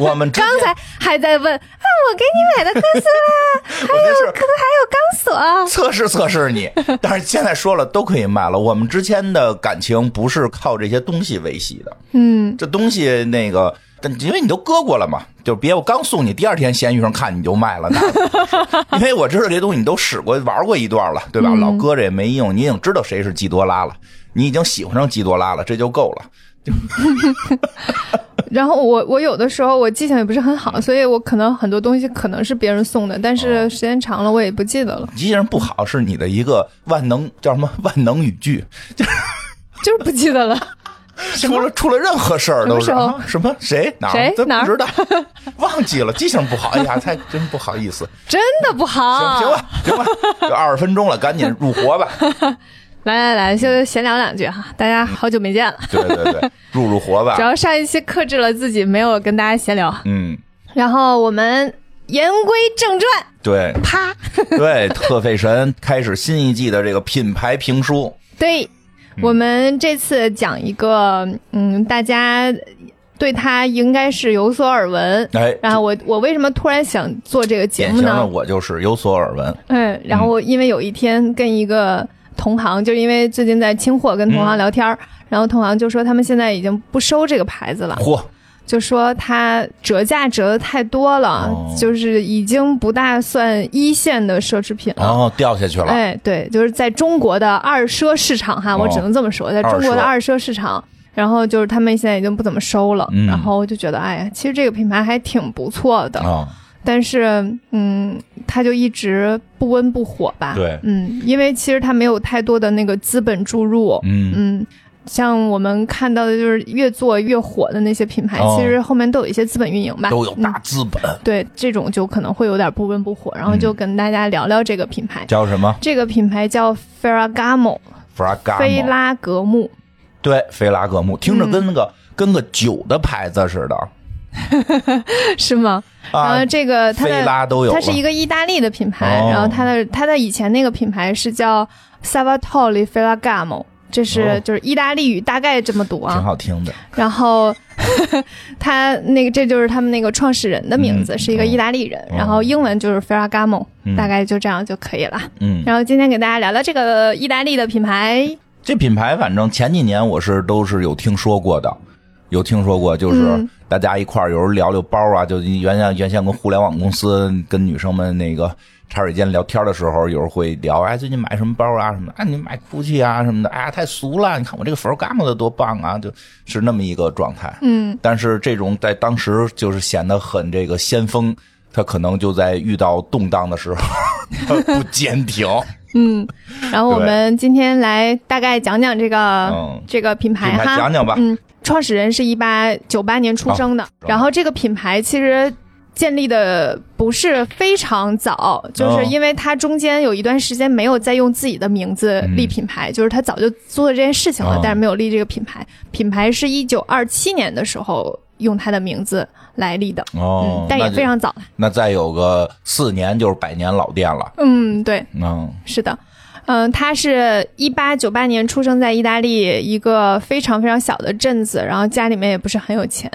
Speaker 2: 我们之
Speaker 1: 刚
Speaker 2: 间
Speaker 1: 才还在问啊，我给你买的哥斯啊拉，
Speaker 2: 我这是
Speaker 1: 还有 钢索，
Speaker 2: 测试测试你，但是现在说了都可以卖了。我们之间的感情不是靠这些东西维系的，
Speaker 1: 嗯，
Speaker 2: 这东西那个，但因为你都割过了嘛，就别我刚送你，第二天闲鱼上看你就卖了，那 不合适因为我知道这些东西你都使过、玩过一段了，对吧？老搁着也没用，你已经知道谁是基多拉了，你已经喜欢上基多拉了，这就够了。
Speaker 1: 然后我我有的时候我记性也不是很好，所以我可能很多东西可能是别人送的，但
Speaker 2: 哦
Speaker 1: 是时间长了我也不记得了，
Speaker 2: 你既然不好，是你的一个万能叫什么万能语句，
Speaker 1: 就是不记 得了。
Speaker 2: 出了出了任何事儿都是
Speaker 1: 什么时候
Speaker 2: 啊什么谁哪儿
Speaker 1: 谁
Speaker 2: 这
Speaker 1: 哪
Speaker 2: 不
Speaker 1: 儿
Speaker 2: 知道， 忘记了，记性不好，哎呀，太真不好意思。
Speaker 1: 真的不
Speaker 2: 行
Speaker 1: 好。
Speaker 2: 行吧，行吧，就二十分钟了，赶紧入活 吧。
Speaker 1: 来来来，就闲聊两句哈，大家好久没见了。
Speaker 2: 对对对，入入活吧
Speaker 1: 主。要上一期克制了自己，没有跟大家闲聊。
Speaker 2: 嗯，
Speaker 1: 然后我们言归正传，
Speaker 2: 对
Speaker 1: 啪，
Speaker 2: 对，特费神开始新一季的这个品牌评书，
Speaker 1: 对，我们这次讲一个，嗯，大家对他应该是有所耳闻。
Speaker 2: 哎，
Speaker 1: 然后我我为什么突然想做这个节
Speaker 2: 典
Speaker 1: 目
Speaker 2: 型
Speaker 1: 呢
Speaker 2: 的？我就是有所耳闻。
Speaker 1: 嗯，然后因为有一天跟一个同行，就是因为最近在清货跟同行聊天儿，然后同行就说他们现在已经不收这个牌子了，
Speaker 2: 嚯，
Speaker 1: 就说它折价折的太多了，
Speaker 2: 哦
Speaker 1: 就是已经不大算一线的奢侈品了。
Speaker 2: 哦，掉下去了。
Speaker 1: 哎，对，就是在中国的二奢市场哈，
Speaker 2: 哦
Speaker 1: 我只能这么说，在中国的二
Speaker 2: 二
Speaker 1: 奢市场，然后就是他们现在已经不怎么收了，
Speaker 2: 嗯
Speaker 1: 然后我就觉得，哎呀，其实这个品牌还挺不错的，
Speaker 2: 啊，
Speaker 1: 但是嗯，它就一直不温不火吧，
Speaker 2: 对
Speaker 1: 嗯，因为其实它没有太多的那个资本注入，
Speaker 2: 嗯
Speaker 1: 嗯，像我们看到的就是越做越火的那些品牌，
Speaker 2: 哦
Speaker 1: 其实后面都有一些资本运营吧，
Speaker 2: 都有
Speaker 1: 嗯
Speaker 2: 大资本，
Speaker 1: 对这种就可能会有点不温不火，然后就跟大家聊聊这个品牌。
Speaker 2: 叫什么
Speaker 1: 这个品牌叫 Ferragamo，菲
Speaker 2: Ferragamo？
Speaker 1: 拉格 慕，
Speaker 2: 对，菲拉格慕，听
Speaker 1: 嗯
Speaker 2: 着跟那个跟个酒的牌子似的
Speaker 1: 是吗？然
Speaker 2: 啊
Speaker 1: 后，这个它
Speaker 2: 菲
Speaker 1: 的
Speaker 2: 拉都有
Speaker 1: 它
Speaker 2: 了。
Speaker 1: 是一个意大利的品牌，
Speaker 2: 哦
Speaker 1: 然后它的它的以前那个品牌是叫 Salvatore Ferragamo。这是
Speaker 2: 哦
Speaker 1: 就是意大利语，大概这么读
Speaker 2: 挺
Speaker 1: 啊。
Speaker 2: 好听的，
Speaker 1: 然后 他那个，这就是他们那个创始人的名字，
Speaker 2: 嗯
Speaker 1: 是一个意大利人。
Speaker 2: 哦
Speaker 1: 然后英文就是 Ferragamo，、
Speaker 2: 嗯
Speaker 1: 大概就这样就可以了。
Speaker 2: 嗯，
Speaker 1: 然后今天给大家聊聊这个意大利的品牌，
Speaker 2: 这品牌反正前几年我是都是有听说过的，有听说过，就是
Speaker 1: 嗯
Speaker 2: 大家一块儿有时候聊聊包啊，就原先原先跟互联网公司跟女生们那个茶水间聊天的时候，有时候会聊，哎，最近买什么包啊什么的，啊，你买 GUCCI 啊什么的，哎呀，太俗了，你看我这个 Ferragamo 的多棒啊，就是那么一个状态。
Speaker 1: 嗯，
Speaker 2: 但是这种在当时就是显得很这个先锋，他可能就在遇到动荡的时候 不坚挺，
Speaker 1: 嗯，然后我
Speaker 2: 对
Speaker 1: 们今天来大概讲讲这个、
Speaker 2: 嗯
Speaker 1: 这个品牌
Speaker 2: 品牌
Speaker 1: 哈，
Speaker 2: 讲讲吧
Speaker 1: 嗯，创始人是一八九八年出
Speaker 2: 哦
Speaker 1: 生的，然后这个品牌其实。建立的不是非常早，
Speaker 2: 哦
Speaker 1: 就是因为它中间有一段时间没有再用自己的名字立品牌，就是他早就做了这件事情了，
Speaker 2: 嗯哦
Speaker 1: 但是没有立这个品牌。品牌是一九二七年的时候用他的名字来立的，
Speaker 2: 哦
Speaker 1: 嗯，但
Speaker 2: 那
Speaker 1: 也
Speaker 2: 就
Speaker 1: 非常早了。
Speaker 2: 那再有个四年就是百年老店了。
Speaker 1: 嗯，对。
Speaker 2: 嗯，
Speaker 1: 是的，嗯、他是一八九八年出生在意大利一个非常非常小的镇子，然后家里面也不是很有钱。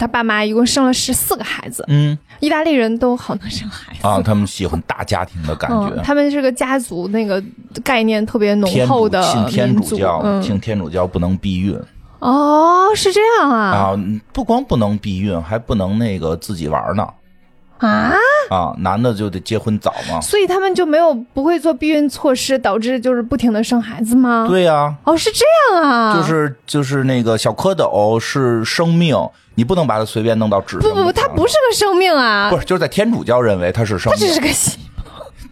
Speaker 1: 他爸妈一共生了十四个孩子，
Speaker 2: 嗯
Speaker 1: 意大利人都好能生孩子。
Speaker 2: 啊，他们喜欢大家庭的感
Speaker 1: 嗯，
Speaker 2: 觉，
Speaker 1: 他们是个家族那个概念特别浓
Speaker 2: 天
Speaker 1: 厚
Speaker 2: 主
Speaker 1: 的
Speaker 2: 信天
Speaker 1: 民
Speaker 2: 主
Speaker 1: 族，
Speaker 2: 教，
Speaker 1: 嗯，
Speaker 2: 信天主教不能避孕
Speaker 1: 哦，是这样啊
Speaker 2: 啊，不光不能避孕，还不能那个自己玩呢
Speaker 1: 啊
Speaker 2: 啊，男的就得结婚早嘛。
Speaker 1: 所以他们就没有不会做避孕措施，导致就是不停的生孩子吗？，
Speaker 2: 对呀，
Speaker 1: 哦，是这样啊，
Speaker 2: 就是就是那个小蝌蚪是生命，你不能把它随便弄到纸上
Speaker 1: 不
Speaker 2: 就
Speaker 1: 不
Speaker 2: 行
Speaker 1: 不，
Speaker 2: 了。
Speaker 1: 它不是个生命啊，
Speaker 2: 不是，就是在天主教认为它是生
Speaker 1: 它只
Speaker 2: 命，
Speaker 1: 是个细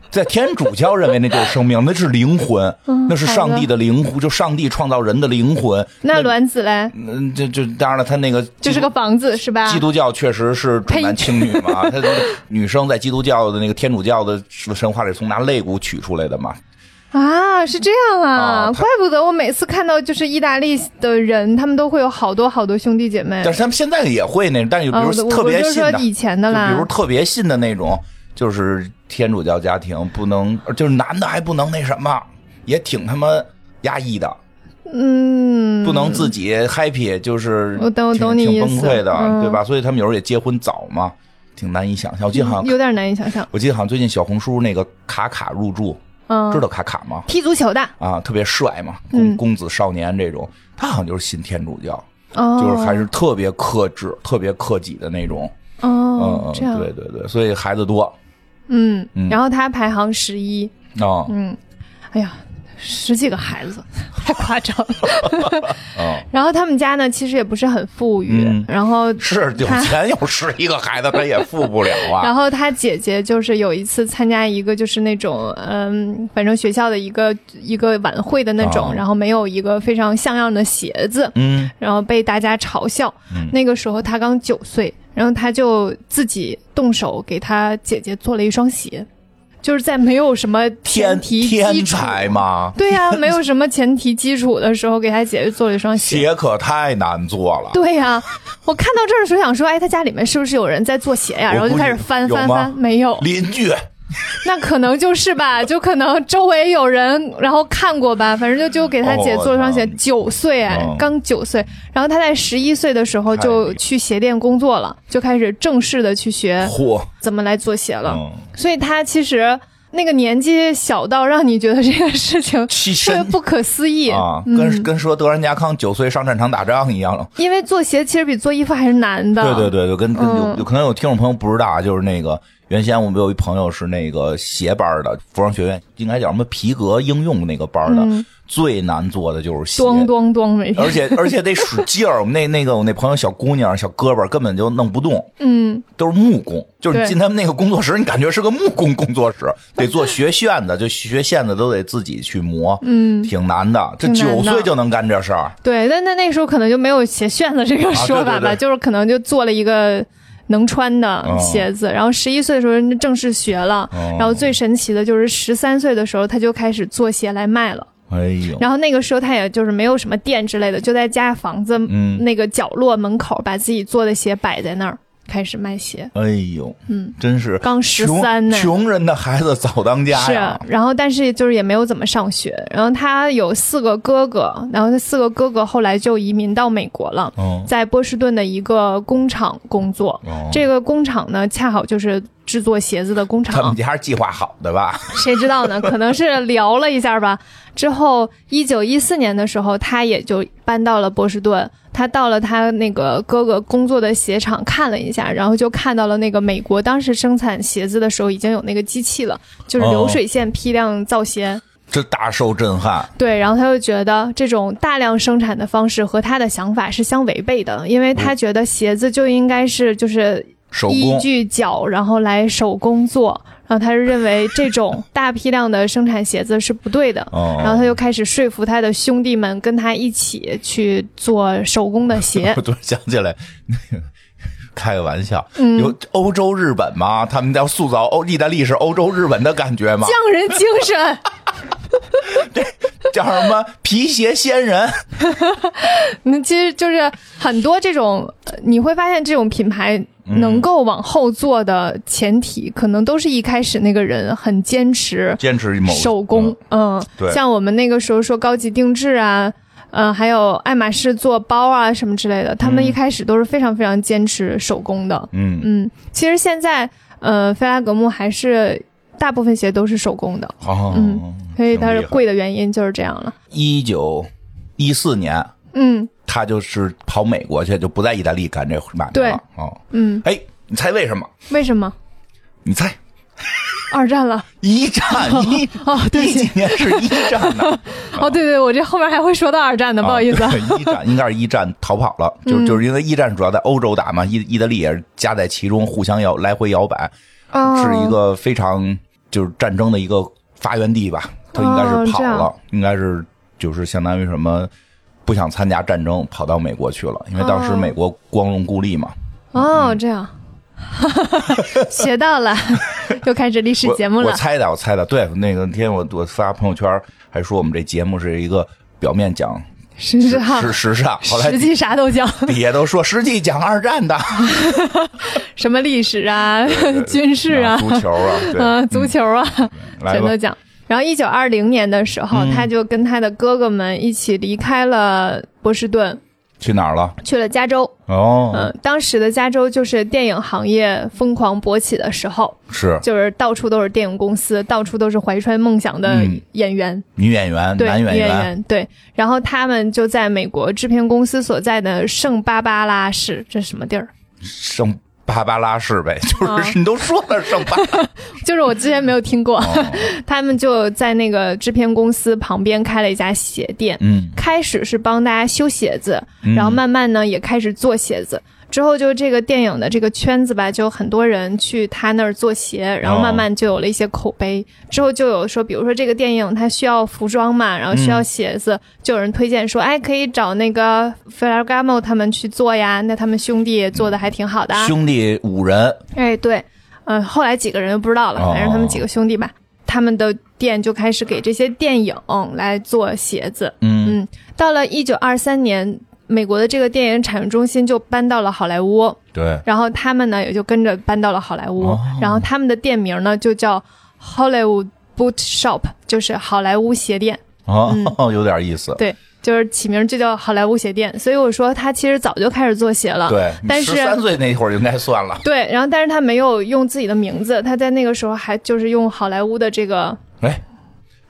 Speaker 2: 在天主教认为那就是生命，那是灵魂，
Speaker 1: 嗯
Speaker 2: 那是上帝的灵魂，就上帝创造人的灵魂。
Speaker 1: 那卵子嘞？
Speaker 2: 嗯，这这当然了，他那个
Speaker 1: 就
Speaker 2: 基
Speaker 1: 是
Speaker 2: 督
Speaker 1: 个房子是吧？
Speaker 2: 基督教确实是重 男轻女嘛，他女生在基督教的那个天主教的神话里从拿肋骨取出来的嘛，
Speaker 1: 啊，是这样啊，
Speaker 2: 啊他
Speaker 1: 怪不得我每次看到就是意大利的人，他们都会有好多好多兄弟姐妹。
Speaker 2: 但是他们现在也会那，但有比
Speaker 1: 啊，
Speaker 2: 如
Speaker 1: 我的
Speaker 2: 特
Speaker 1: 我
Speaker 2: 别
Speaker 1: 就
Speaker 2: 信
Speaker 1: 说
Speaker 2: 的，
Speaker 1: 以前的
Speaker 2: 就
Speaker 1: 啦，
Speaker 2: 比如特别信的那种，就是天主教家庭不能，就是男的还不能那什么，也挺他妈压抑的，
Speaker 1: 嗯，
Speaker 2: 不能自己 happy，就是
Speaker 1: 我懂我
Speaker 2: 挺
Speaker 1: 懂你
Speaker 2: 挺
Speaker 1: 意
Speaker 2: 崩
Speaker 1: 思
Speaker 2: 溃的，
Speaker 1: 嗯
Speaker 2: 对吧？所以他们有时候也结婚早嘛，挺难以想象。我记得好
Speaker 1: 嗯
Speaker 2: 像，
Speaker 1: 有点难以想象。
Speaker 2: 我记得好像最近小红书那个卡卡入驻，
Speaker 1: 嗯，
Speaker 2: 知道卡卡吗？
Speaker 1: 踢足球的，
Speaker 2: 啊，特别帅嘛，
Speaker 1: 嗯
Speaker 2: 公公子少年这种，他好像就是信天主教，
Speaker 1: 哦，
Speaker 2: 就是还是特别克制、特别克己的那种。
Speaker 1: 哦
Speaker 2: 嗯，，
Speaker 1: 这
Speaker 2: 嗯，
Speaker 1: 样
Speaker 2: 对对对，所以孩子多
Speaker 1: 嗯
Speaker 2: 嗯
Speaker 1: 然后他排行十一，
Speaker 2: 啊
Speaker 1: 嗯，哎呀，十几个孩子， 太夸张了。
Speaker 2: 啊，
Speaker 1: 然后他们家呢，其实也不是很富裕，
Speaker 2: 嗯
Speaker 1: 然后
Speaker 2: 是有钱有十一个孩子，他也富不了啊。
Speaker 1: 然后他姐姐就是有一次参加一个就是那种嗯，反正学校的一个一个晚会的那种，
Speaker 2: 哦
Speaker 1: 然后没有一个非常像样的鞋子，
Speaker 2: 嗯，
Speaker 1: 然后被大家嘲笑。
Speaker 2: 嗯
Speaker 1: 那个时候他刚九岁，然后他就自己动手给他姐姐做了一双鞋，就是在没有什么前
Speaker 2: 天
Speaker 1: 提基
Speaker 2: 天
Speaker 1: 础。
Speaker 2: 才嘛，
Speaker 1: 对呀、没有什么前提基础的时候，给他姐姐做了一双鞋。
Speaker 2: 鞋啊可太难做了。
Speaker 1: 对呀、我看到这儿的时候想说，哎，他家里面是不是有人在做鞋呀、
Speaker 2: 我
Speaker 1: 然后就
Speaker 2: 估计
Speaker 1: 开始翻
Speaker 2: 有
Speaker 1: 翻
Speaker 2: 吗
Speaker 1: 翻，没有。
Speaker 2: 邻居
Speaker 1: 那可能就是 吧，就可能周围有人，然后看过吧，反正就就给他姐做了双鞋
Speaker 2: 哦，
Speaker 1: 九岁哎
Speaker 2: 嗯，
Speaker 1: 刚九岁，然后他在十一岁的时候
Speaker 2: 太厉害
Speaker 1: 就去鞋店工作了，就开始正式的去学
Speaker 2: 嚯，
Speaker 1: 怎么来做鞋了，
Speaker 2: 嗯
Speaker 1: 所以他其实。那个年纪小到让你觉得这个事情
Speaker 2: 牺
Speaker 1: 特别
Speaker 2: 牲
Speaker 1: 不可思议
Speaker 2: 啊，
Speaker 1: 嗯
Speaker 2: 跟跟说德仁家康九岁上战场打仗一样。
Speaker 1: 因为做鞋其实比做衣服还是难的。
Speaker 2: 对对对对，跟跟有
Speaker 1: 嗯
Speaker 2: 有可能有听众朋友不知道啊，就是那个原先我们有一朋友是那个鞋班的服装学院，应该叫什么皮革应用那个班的，
Speaker 1: 嗯
Speaker 2: 最难做的就是鞋。
Speaker 1: 咣咣咣，每天
Speaker 2: 而且而且得使劲儿，我们那那个我那朋友小姑娘小胳膊根本就弄不动，
Speaker 1: 嗯，
Speaker 2: 都是木工，就是你
Speaker 1: 对
Speaker 2: 进他们那个工作室，你感觉是个木工工作 室，得做学线的，就学线的都得自己去磨，
Speaker 1: 嗯
Speaker 2: 挺难的。这
Speaker 1: 挺难
Speaker 2: 九
Speaker 1: 的
Speaker 2: 岁就能干这事儿，
Speaker 1: 对，但那那时候可能就没有鞋楦的这个说法吧，
Speaker 2: 啊对对对
Speaker 1: 就是可能就做了一个能穿的鞋子。然后十一岁的时候正式学了，
Speaker 2: 哦
Speaker 1: 然后最神奇的就是十三岁的时候他就开始做鞋来卖了。
Speaker 2: 哎呦，
Speaker 1: 然后那个时候他也就是没有什么店之类的，就在家房子
Speaker 2: 嗯
Speaker 1: 那个角落门口把自己做的鞋摆在那儿开始卖鞋。
Speaker 2: 哎呦，
Speaker 1: 嗯，
Speaker 2: 真是
Speaker 1: 刚
Speaker 2: 穷
Speaker 1: 13呢
Speaker 2: 穷人的孩子早当家
Speaker 1: 是啊
Speaker 2: 呀，，
Speaker 1: 然后但是就是也没有怎么上学。然后他有四个哥哥，然后他四个哥哥后来就移民到美国了。
Speaker 2: 嗯，
Speaker 1: 在波士顿的一个工厂工作。
Speaker 2: 哦
Speaker 1: 这个工厂呢，恰好就是制作鞋子的工
Speaker 2: 他们
Speaker 1: 厂，
Speaker 2: 家是计划好的吧？
Speaker 1: 谁知道呢？可能是聊了一下吧。之后，一九一四年的时候，他也就搬到了波士顿。他到了他那个哥哥工作的鞋厂看了一下，然后就看到了那个美国当时生产鞋子的时候已经有那个机器了，就是流水线批量造鞋。
Speaker 2: 这大受震撼，
Speaker 1: 对，然后他就觉得这种大量生产的方式和他的想法是相违背的，因为他觉得鞋子就应该是就是
Speaker 2: 嗯手
Speaker 1: 依
Speaker 2: 工
Speaker 1: 据脚，然后来手工做，然后他是认为这种大批量的生产鞋子是不对的。
Speaker 2: 哦，
Speaker 1: 然后他就开始说服他的兄弟们跟他一起去做手工的鞋
Speaker 2: 我，突然想起来，那个开个玩笑，
Speaker 1: 嗯
Speaker 2: 有欧洲日本嘛，他们要塑造欧意大利是欧洲日本的感觉嘛，
Speaker 1: 匠人精神。
Speaker 2: 叫什么皮鞋仙人，
Speaker 1: 那其实就是很多这种，呃你会发现这种品牌能够往后做的前提，可能都是一开始那个人很坚持
Speaker 2: 坚持某
Speaker 1: 手工，嗯，
Speaker 2: 对
Speaker 1: 像我们那个时候说高级定制啊。嗯，还有爱马仕做包啊什么之类的，他们一开始都是非常非常坚持手工的。
Speaker 2: 嗯，嗯
Speaker 1: 嗯，其实现在呃，菲拉格慕还是大部分鞋都是手工的，
Speaker 2: 好，
Speaker 1: 嗯所以它是贵的原因就是这样了。
Speaker 2: 一九一四年，
Speaker 1: 嗯
Speaker 2: 他就是跑美国去，就不在意大利干这买卖
Speaker 1: 对
Speaker 2: 了，哦，
Speaker 1: 嗯，
Speaker 2: 哎，你猜为什么？
Speaker 1: 为什么
Speaker 2: 你猜。
Speaker 1: 二战了？
Speaker 2: 一 战一
Speaker 1: 哦，对不
Speaker 2: 一
Speaker 1: 起
Speaker 2: 几年是一战 呢？
Speaker 1: 哦，对对，我这后面还会说到二战的，不好意思啊。
Speaker 2: 啊对一战应该是一战逃跑了，就
Speaker 1: 嗯
Speaker 2: 就是因为一战主要在欧洲打嘛，意意大利也是夹在其中，互相摇来回摇摆，
Speaker 1: 哦
Speaker 2: 是一个非常就是战争的一个发源地吧。他应该
Speaker 1: 哦
Speaker 2: 是跑
Speaker 1: 这样
Speaker 2: 了，应该是就是相当于什么。不想参加战争，跑到美国去了，因为当时
Speaker 1: 哦
Speaker 2: 美国光荣孤立嘛。
Speaker 1: 哦，
Speaker 2: 嗯
Speaker 1: 这样， 学到 了，又开始历史节目
Speaker 2: 我
Speaker 1: 了
Speaker 2: 我。猜的，我猜的，对，那个那天我我发朋友圈还说我们这节目是一个表面讲
Speaker 1: 实际上，
Speaker 2: 是时尚，后来
Speaker 1: 啊实际啥都讲，
Speaker 2: 底下都说实际讲二战的，
Speaker 1: 什么历史啊、 军事啊、
Speaker 2: 足球啊，对，
Speaker 1: 啊、足球啊，
Speaker 2: 来
Speaker 1: 全都
Speaker 2: 吧，嗯
Speaker 1: 讲。然后，一九二零年的时候，他就跟他的哥哥们一起离开了波士顿，
Speaker 2: 去哪儿了？
Speaker 1: 去了加州。
Speaker 2: 哦，
Speaker 1: 嗯，当时的加州就是电影行业疯狂勃起的时候，
Speaker 2: 是
Speaker 1: 就是到处都是电影公司，到处都是怀揣梦想的
Speaker 2: 嗯
Speaker 1: 演员。
Speaker 2: 女演员，
Speaker 1: 对，
Speaker 2: 男
Speaker 1: 女
Speaker 2: 演
Speaker 1: 演
Speaker 2: 员，
Speaker 1: 员对，然后他们就在美国制片公司所在的圣巴巴拉市，这是什么地儿？
Speaker 2: 圣芭芭拉是呗，就
Speaker 1: 啊
Speaker 2: 是你都说了圣芭，
Speaker 1: 就是我之前没有听过，
Speaker 2: 哦
Speaker 1: 他们就在那个制片公司旁边开了一家鞋店。
Speaker 2: 嗯，
Speaker 1: 开始是帮大家修鞋子，
Speaker 2: 嗯
Speaker 1: 然后慢慢呢也开始做鞋子。之后就这个电影的这个圈子吧，就很多人去他那儿做鞋，然后慢慢就有了一些口碑。之后就有说，比如说这个电影它需要服装嘛，然后需要鞋子，就有人推荐说，哎，可以找那个 Ferragamo 他们去做呀，那他们兄弟做的还挺好的、 啊。
Speaker 2: 嗯兄弟五人，
Speaker 1: 哎，对，嗯、后来几个人就不知道了，
Speaker 2: 哦
Speaker 1: 反正他们几个兄弟吧，他们的店就开始给这些电影来做鞋子。
Speaker 2: 嗯
Speaker 1: 嗯，到了一九二三年，美国的这个电影产业中心就搬到了好莱坞，
Speaker 2: 对，
Speaker 1: 然后他们呢也就跟着搬到了好莱坞，
Speaker 2: 哦
Speaker 1: 然后他们的店名呢就叫 Hollywood Boot Shop，就是好莱坞鞋店。
Speaker 2: 啊，
Speaker 1: 嗯
Speaker 2: 有点意思。
Speaker 1: 对，就是起名就叫好莱坞鞋店，所以我说他其实早就开始做鞋了。
Speaker 2: 对，
Speaker 1: 但是
Speaker 2: 十三岁那会儿应该算了。
Speaker 1: 对，然后但是他没有用自己的名字，他在那个时候还就是用好莱坞的这个
Speaker 2: 哎，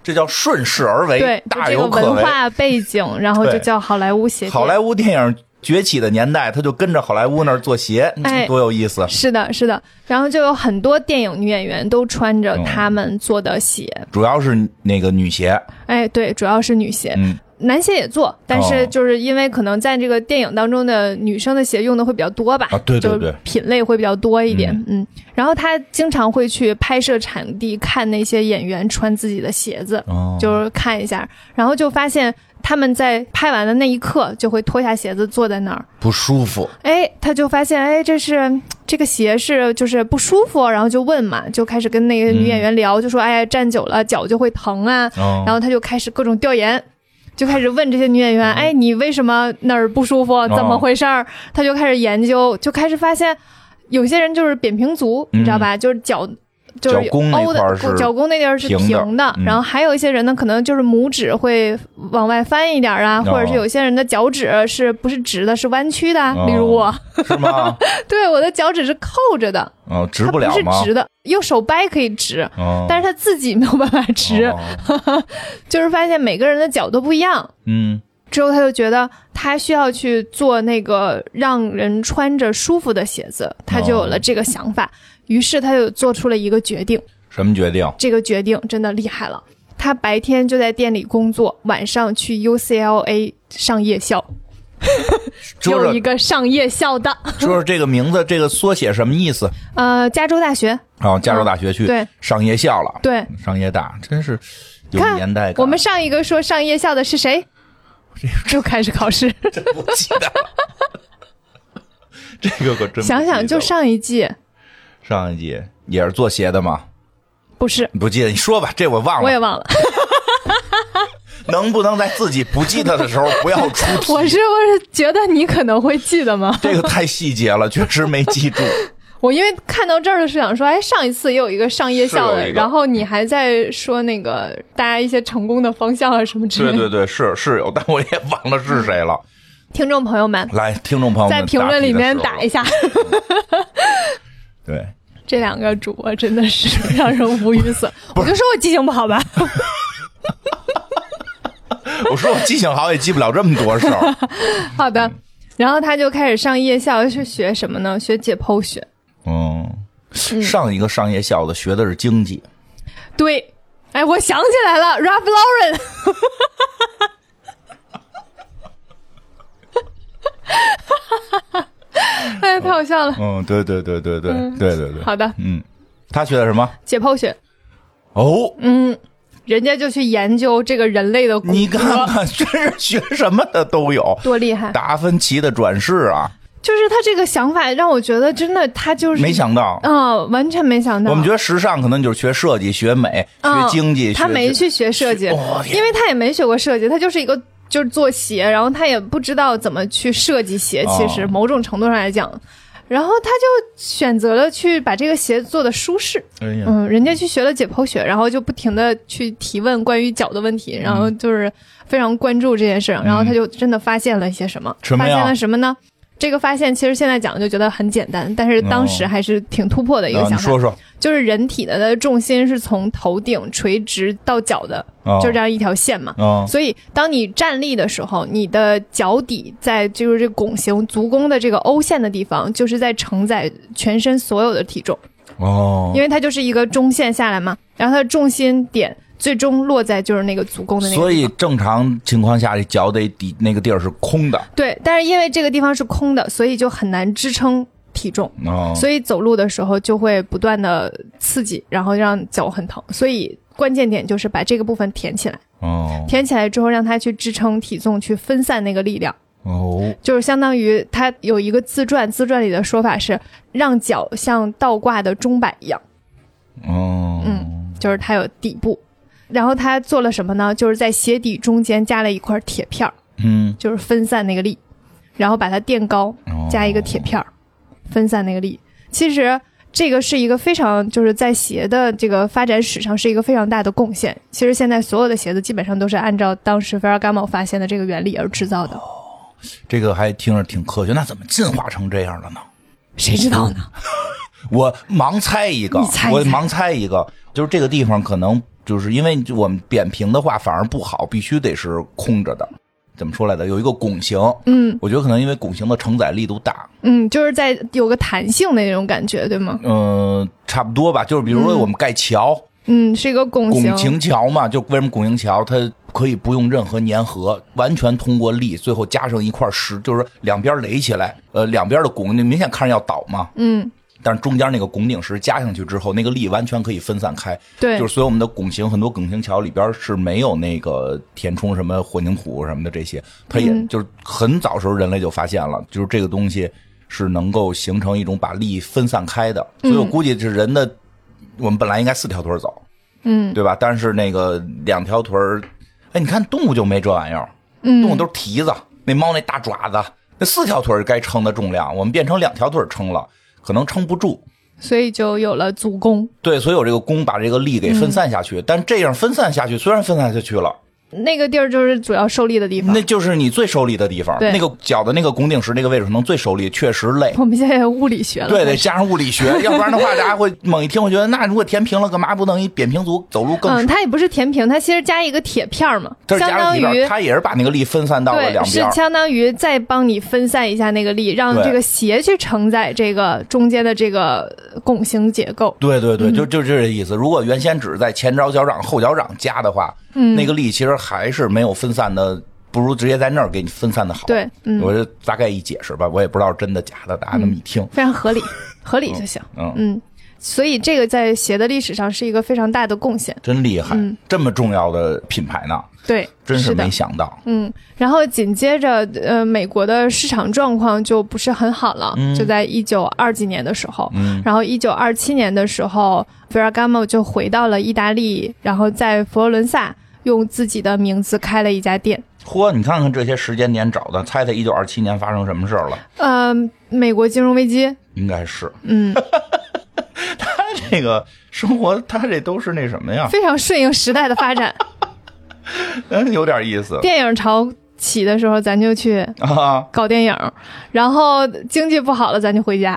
Speaker 2: 这叫顺势而为，
Speaker 1: 对
Speaker 2: 哎大
Speaker 1: 这个
Speaker 2: 有可
Speaker 1: 文
Speaker 2: 为。
Speaker 1: 化背景，然后就
Speaker 2: 对
Speaker 1: 叫好莱坞鞋店。
Speaker 2: 好莱坞电影崛起的年代，他就跟着好莱坞那儿做鞋，
Speaker 1: 哎
Speaker 2: 多有意思！
Speaker 1: 是的，是的，然后就有很多电影女演员都穿着
Speaker 2: 嗯
Speaker 1: 他们做的鞋，
Speaker 2: 主要是那个女鞋，
Speaker 1: 哎，对，主要是女鞋，
Speaker 2: 嗯，
Speaker 1: 男鞋也做，但
Speaker 2: 哦
Speaker 1: 是就是因为可能在这个电影当中的女生的鞋用的会比较多吧，
Speaker 2: 啊对对对
Speaker 1: 就品类会比较多一点，嗯然后他经常会去拍摄场地看那些演员穿自己的鞋子，
Speaker 2: 哦
Speaker 1: 就是看一下，然后就发现他们在拍完的那一刻就会脱下鞋子坐在那儿，
Speaker 2: 不舒服，
Speaker 1: 哎，他就发现，哎，这是这个鞋是就是不舒服，然后就问嘛，就开始跟那个女演员聊，就说，哎，站久了脚就会疼啊，
Speaker 2: 然
Speaker 1: 然后他就开始各种调研，就开始问这些女演员，
Speaker 2: 嗯
Speaker 1: 哎，你为什么哪儿不舒
Speaker 2: 哦
Speaker 1: 服，怎么回事儿？他就开始研究，就开始发现有些人就是扁平足，你知道吧？就是脚。就是
Speaker 2: 嗯脚弓那
Speaker 1: 凹的
Speaker 2: 块儿是
Speaker 1: 脚弓那地儿是
Speaker 2: 平的
Speaker 1: 平的，
Speaker 2: 嗯
Speaker 1: 然后还有一些人呢，可能就是拇指会往外翻一点儿啊，
Speaker 2: 哦
Speaker 1: 或者是有些人的脚趾是不是直的，是弯曲的啊？
Speaker 2: 哦
Speaker 1: 例如我，
Speaker 2: 是吗？
Speaker 1: 对我的脚趾是扣着的，
Speaker 2: 嗯，直
Speaker 1: 它
Speaker 2: 不
Speaker 1: 不
Speaker 2: 了
Speaker 1: 是
Speaker 2: 吗？
Speaker 1: 直的，用手掰可以直，
Speaker 2: 嗯，
Speaker 1: 但是他自己没有办法直，
Speaker 2: 哦
Speaker 1: 就是发现每个人的脚都不一样，
Speaker 2: 嗯，
Speaker 1: 之后他就觉得他需要去做那个让人穿着舒服的鞋子，他就有了这个想
Speaker 2: 哦
Speaker 1: 法。于是他就做出了一个决定，
Speaker 2: 什 么决定？
Speaker 1: 这个决定真的厉害了。他白天就在店里工作，晚上去 UCLA 上夜校，
Speaker 2: 就
Speaker 1: 有一
Speaker 2: 是
Speaker 1: 个上夜校 的，
Speaker 2: 就是这个名字，这个缩写什么意思？
Speaker 1: 呃，加州大学。
Speaker 2: 啊，加州大学
Speaker 1: 嗯
Speaker 2: 去
Speaker 1: 对
Speaker 2: 上夜校了，
Speaker 1: 对，
Speaker 2: 上夜大真是有
Speaker 1: 看
Speaker 2: 年代感。
Speaker 1: 我们上一个说上夜校的是谁？又开始考试，
Speaker 2: 不记得了，这个可真不
Speaker 1: 想
Speaker 2: 记
Speaker 1: 想
Speaker 2: 得
Speaker 1: 就
Speaker 2: 了
Speaker 1: 上一季，
Speaker 2: 上一季也是做鞋的嘛，
Speaker 1: 不是，
Speaker 2: 你不记得你说吧，这我忘
Speaker 1: 我也
Speaker 2: 了，
Speaker 1: 忘了。
Speaker 2: 能不能在自己不记得的时候不要出 题？
Speaker 1: 我是我是觉得你可能会记得吗？
Speaker 2: 这个太细节了，确实没记住。
Speaker 1: 我因为看到这儿的是想说，哎，上一次也有一个上夜校
Speaker 2: 是有
Speaker 1: 的，
Speaker 2: 一个
Speaker 1: 然后你还在说那个大家一些成功的方向啊什么之类
Speaker 2: 对
Speaker 1: 的。
Speaker 2: 对对，是是有，但我也忘了是谁了。
Speaker 1: 听众朋友们，
Speaker 2: 来，听众朋友们，
Speaker 1: 在评论里面打一
Speaker 2: 下。
Speaker 1: 下，
Speaker 2: 对，
Speaker 1: 这两个主播真的是让人无语 死。我就说我记性不好吧，
Speaker 2: 我说我记性好也记不了这么多事儿。
Speaker 1: 好的。然后他就开始上夜校，是学什么呢？学解剖学。
Speaker 2: 嗯，上一个商业校的学的是经济，
Speaker 1: 对，哎，我想起来了，Ralph Lauren。哎，太好笑了。
Speaker 2: 嗯，对对对对对对对对，
Speaker 1: 好的，
Speaker 2: 嗯，他学的什么？
Speaker 1: 解剖学，
Speaker 2: 哦，
Speaker 1: 嗯人家就去研究这个人类的骨
Speaker 2: 你看
Speaker 1: 骼，
Speaker 2: 看，真是学什么的都有。
Speaker 1: 多厉害！
Speaker 2: 达芬奇的转世啊，
Speaker 1: 就是他这个想法让我觉得真的，他就是
Speaker 2: 没，想到。
Speaker 1: 嗯，完全没想到。
Speaker 2: 我们觉得时尚可能就是学设计、学美、学
Speaker 1: 嗯
Speaker 2: 经济，
Speaker 1: 他
Speaker 2: 学
Speaker 1: 没去学设计，
Speaker 2: 哦天
Speaker 1: 因为他也没学过设计，他就是一个就是做鞋，然后他也不知道怎么去设计鞋，
Speaker 2: 哦
Speaker 1: 其实某种程度上来讲。然后他就选择了去把这个鞋做的舒适，
Speaker 2: 哎呀，
Speaker 1: 嗯，人家去学了解剖学，然后就不停的去提问关于脚的问题，然
Speaker 2: 嗯
Speaker 1: 后就是非常关注这件事，然后他就真的发现了一些什么，
Speaker 2: 什么
Speaker 1: 发
Speaker 2: 呀
Speaker 1: 现了什么呢？这个发现其实现在讲就觉得很简单，但是当时
Speaker 2: 哦
Speaker 1: 还是挺突破的一个
Speaker 2: 啊你
Speaker 1: 想法，
Speaker 2: 说说，
Speaker 1: 就是人体的重心是从头顶垂直到脚的，
Speaker 2: 哦
Speaker 1: 嗯就这样一条线嘛。
Speaker 2: 嗯，
Speaker 1: 所以，当你站立的时候，你的脚底在就是这拱形足弓的这个凹陷的地方，就是在承载全身所有的体重。
Speaker 2: 哦，
Speaker 1: 因为它就是一个中线下来嘛，然后它的重心点最终落在就是那个足弓的那个地方。
Speaker 2: 所以正常情况下，这脚得底那个地儿是空的，
Speaker 1: 对，但是因为这个地方是空的，所以就很难支撑体重，
Speaker 2: 哦，
Speaker 1: 所以走路的时候就会不断的刺激，然后让脚很疼。所以关键点就是把这个部分填起来，
Speaker 2: 哦
Speaker 1: 填起来之后让它去支撑体重，去分散那个力量。
Speaker 2: 哦，
Speaker 1: 就是相当于它有一个自传，自传里的说法是让脚像倒挂的钟摆一样。
Speaker 2: 哦，
Speaker 1: 嗯，就是它有底部。然后他做了什么呢？就是在鞋底中间加了一块铁片儿，
Speaker 2: 嗯，
Speaker 1: 就是分散那个力，然后把它垫高，
Speaker 2: 哦
Speaker 1: 加一个铁片儿，分散那个力。其实这个是一个非常就是在鞋的这个发展史上是一个非常大的贡献。其实现在所有的鞋子基本上都是按照当时 Ferragamo 发现的这个原理而制造的。
Speaker 2: 哦这个还听着挺科学，那怎么进化成这样了呢？
Speaker 1: 谁知道呢？
Speaker 2: 我盲猜一个，
Speaker 1: 你猜一猜
Speaker 2: 我盲猜一个，就是这个地方可能就是因为我们扁平的话反而不好，必须得是空着的。怎么说来的？有一个拱形，
Speaker 1: 嗯
Speaker 2: 我觉得可能因为拱形的承载力度大，
Speaker 1: 嗯，就是在有个弹性的那种感觉，对吗？
Speaker 2: 嗯、差不多吧。就是比如说我们盖桥，
Speaker 1: 嗯，是一个拱
Speaker 2: 拱
Speaker 1: 形。
Speaker 2: 形桥嘛，就为什么拱形桥它可以不用任何粘合，完全通过力，最后加上一块石，就是两边垒起来，呃，两边的拱你明显看着要倒嘛，
Speaker 1: 嗯，
Speaker 2: 但是中间那个拱顶石加上去之后，那个力完全可以分散开，
Speaker 1: 对，
Speaker 2: 就是所以我们的拱形很多拱形桥里边是没有那个填充什么混凝土什么的这些，它也
Speaker 1: 嗯
Speaker 2: 就是很早时候人类就发现了，就是这个东西是能够形成一种把力分散开的，所以我估计是人的，我们本来应该四条腿儿走。
Speaker 1: 嗯
Speaker 2: 对吧？但是那个两条腿儿，哎，你看动物就没这玩意儿，动物
Speaker 1: 嗯
Speaker 2: 都是蹄子，那猫那大爪子，那四条腿儿该撑的重量，我们变成两条腿儿撑了，可能撑不住。
Speaker 1: 所以就有了足弓。
Speaker 2: 对，所以有这个弓把这个力给
Speaker 1: 嗯
Speaker 2: 分散下去，但这样分散下去，虽然分散下去了，
Speaker 1: 那个地儿就是主要受力的地方
Speaker 2: 那。就是你最受力的地方，
Speaker 1: 嗯对
Speaker 2: 那个脚的那个拱顶石那个位置可能最受力，确实 累。
Speaker 1: 我们现在有物理学了，
Speaker 2: 对，得加上物理学，要不然的话，大家 会猛一听，会觉得那如果填平了，干嘛不能一扁平足走路更
Speaker 1: 嗯，它也不是填平，它其实加一个铁片儿嘛，
Speaker 2: 它
Speaker 1: 相
Speaker 2: 是加上
Speaker 1: 当
Speaker 2: 几边
Speaker 1: 于
Speaker 2: 儿，它也是把那个力分散到了
Speaker 1: 对，
Speaker 2: 两
Speaker 1: 是
Speaker 2: 边儿。
Speaker 1: 相当于再帮你分散一下那个力，让
Speaker 2: 对
Speaker 1: 这个鞋去承载这个中间的这个拱形结构。
Speaker 2: 对对对，就就这个意思。如果原先只是在前脚脚掌、后脚掌加的话，
Speaker 1: 嗯
Speaker 2: 那个力其实还是没有分散的，不如直接在那儿给你分散的好。
Speaker 1: 对，嗯，
Speaker 2: 我就大概一解释吧，我也不知道真的假的，大家那么一听，
Speaker 1: 非常合 理，合理就行。
Speaker 2: 嗯，
Speaker 1: 嗯，所以这个在鞋的历史上是一个非常大的贡献。
Speaker 2: 真厉害，这么重要的品牌呢，
Speaker 1: 对，
Speaker 2: 真
Speaker 1: 嗯是
Speaker 2: 是
Speaker 1: 的
Speaker 2: 没想到。
Speaker 1: 嗯，然后紧接着，呃，美国的市场状况就不是很好了，
Speaker 2: 嗯
Speaker 1: 就在一九二几年的时候，然后一九二七年的时候，Ferragamo 就回到了意大利，然后在佛罗伦萨用自己的名字开了一家店。
Speaker 2: 嚯，你看看这些时间点找的，猜猜一九二七年发生什么事儿了？
Speaker 1: 嗯、美国金融危机，
Speaker 2: 应该是
Speaker 1: 嗯，
Speaker 2: 他这个生活，他这都是那什么 呀？
Speaker 1: 非常顺应时代的发 展。
Speaker 2: 嗯，有点意思
Speaker 1: 电影潮起的时候，咱就去
Speaker 2: 啊。
Speaker 1: 搞电影，然后经济不好了，咱就回家。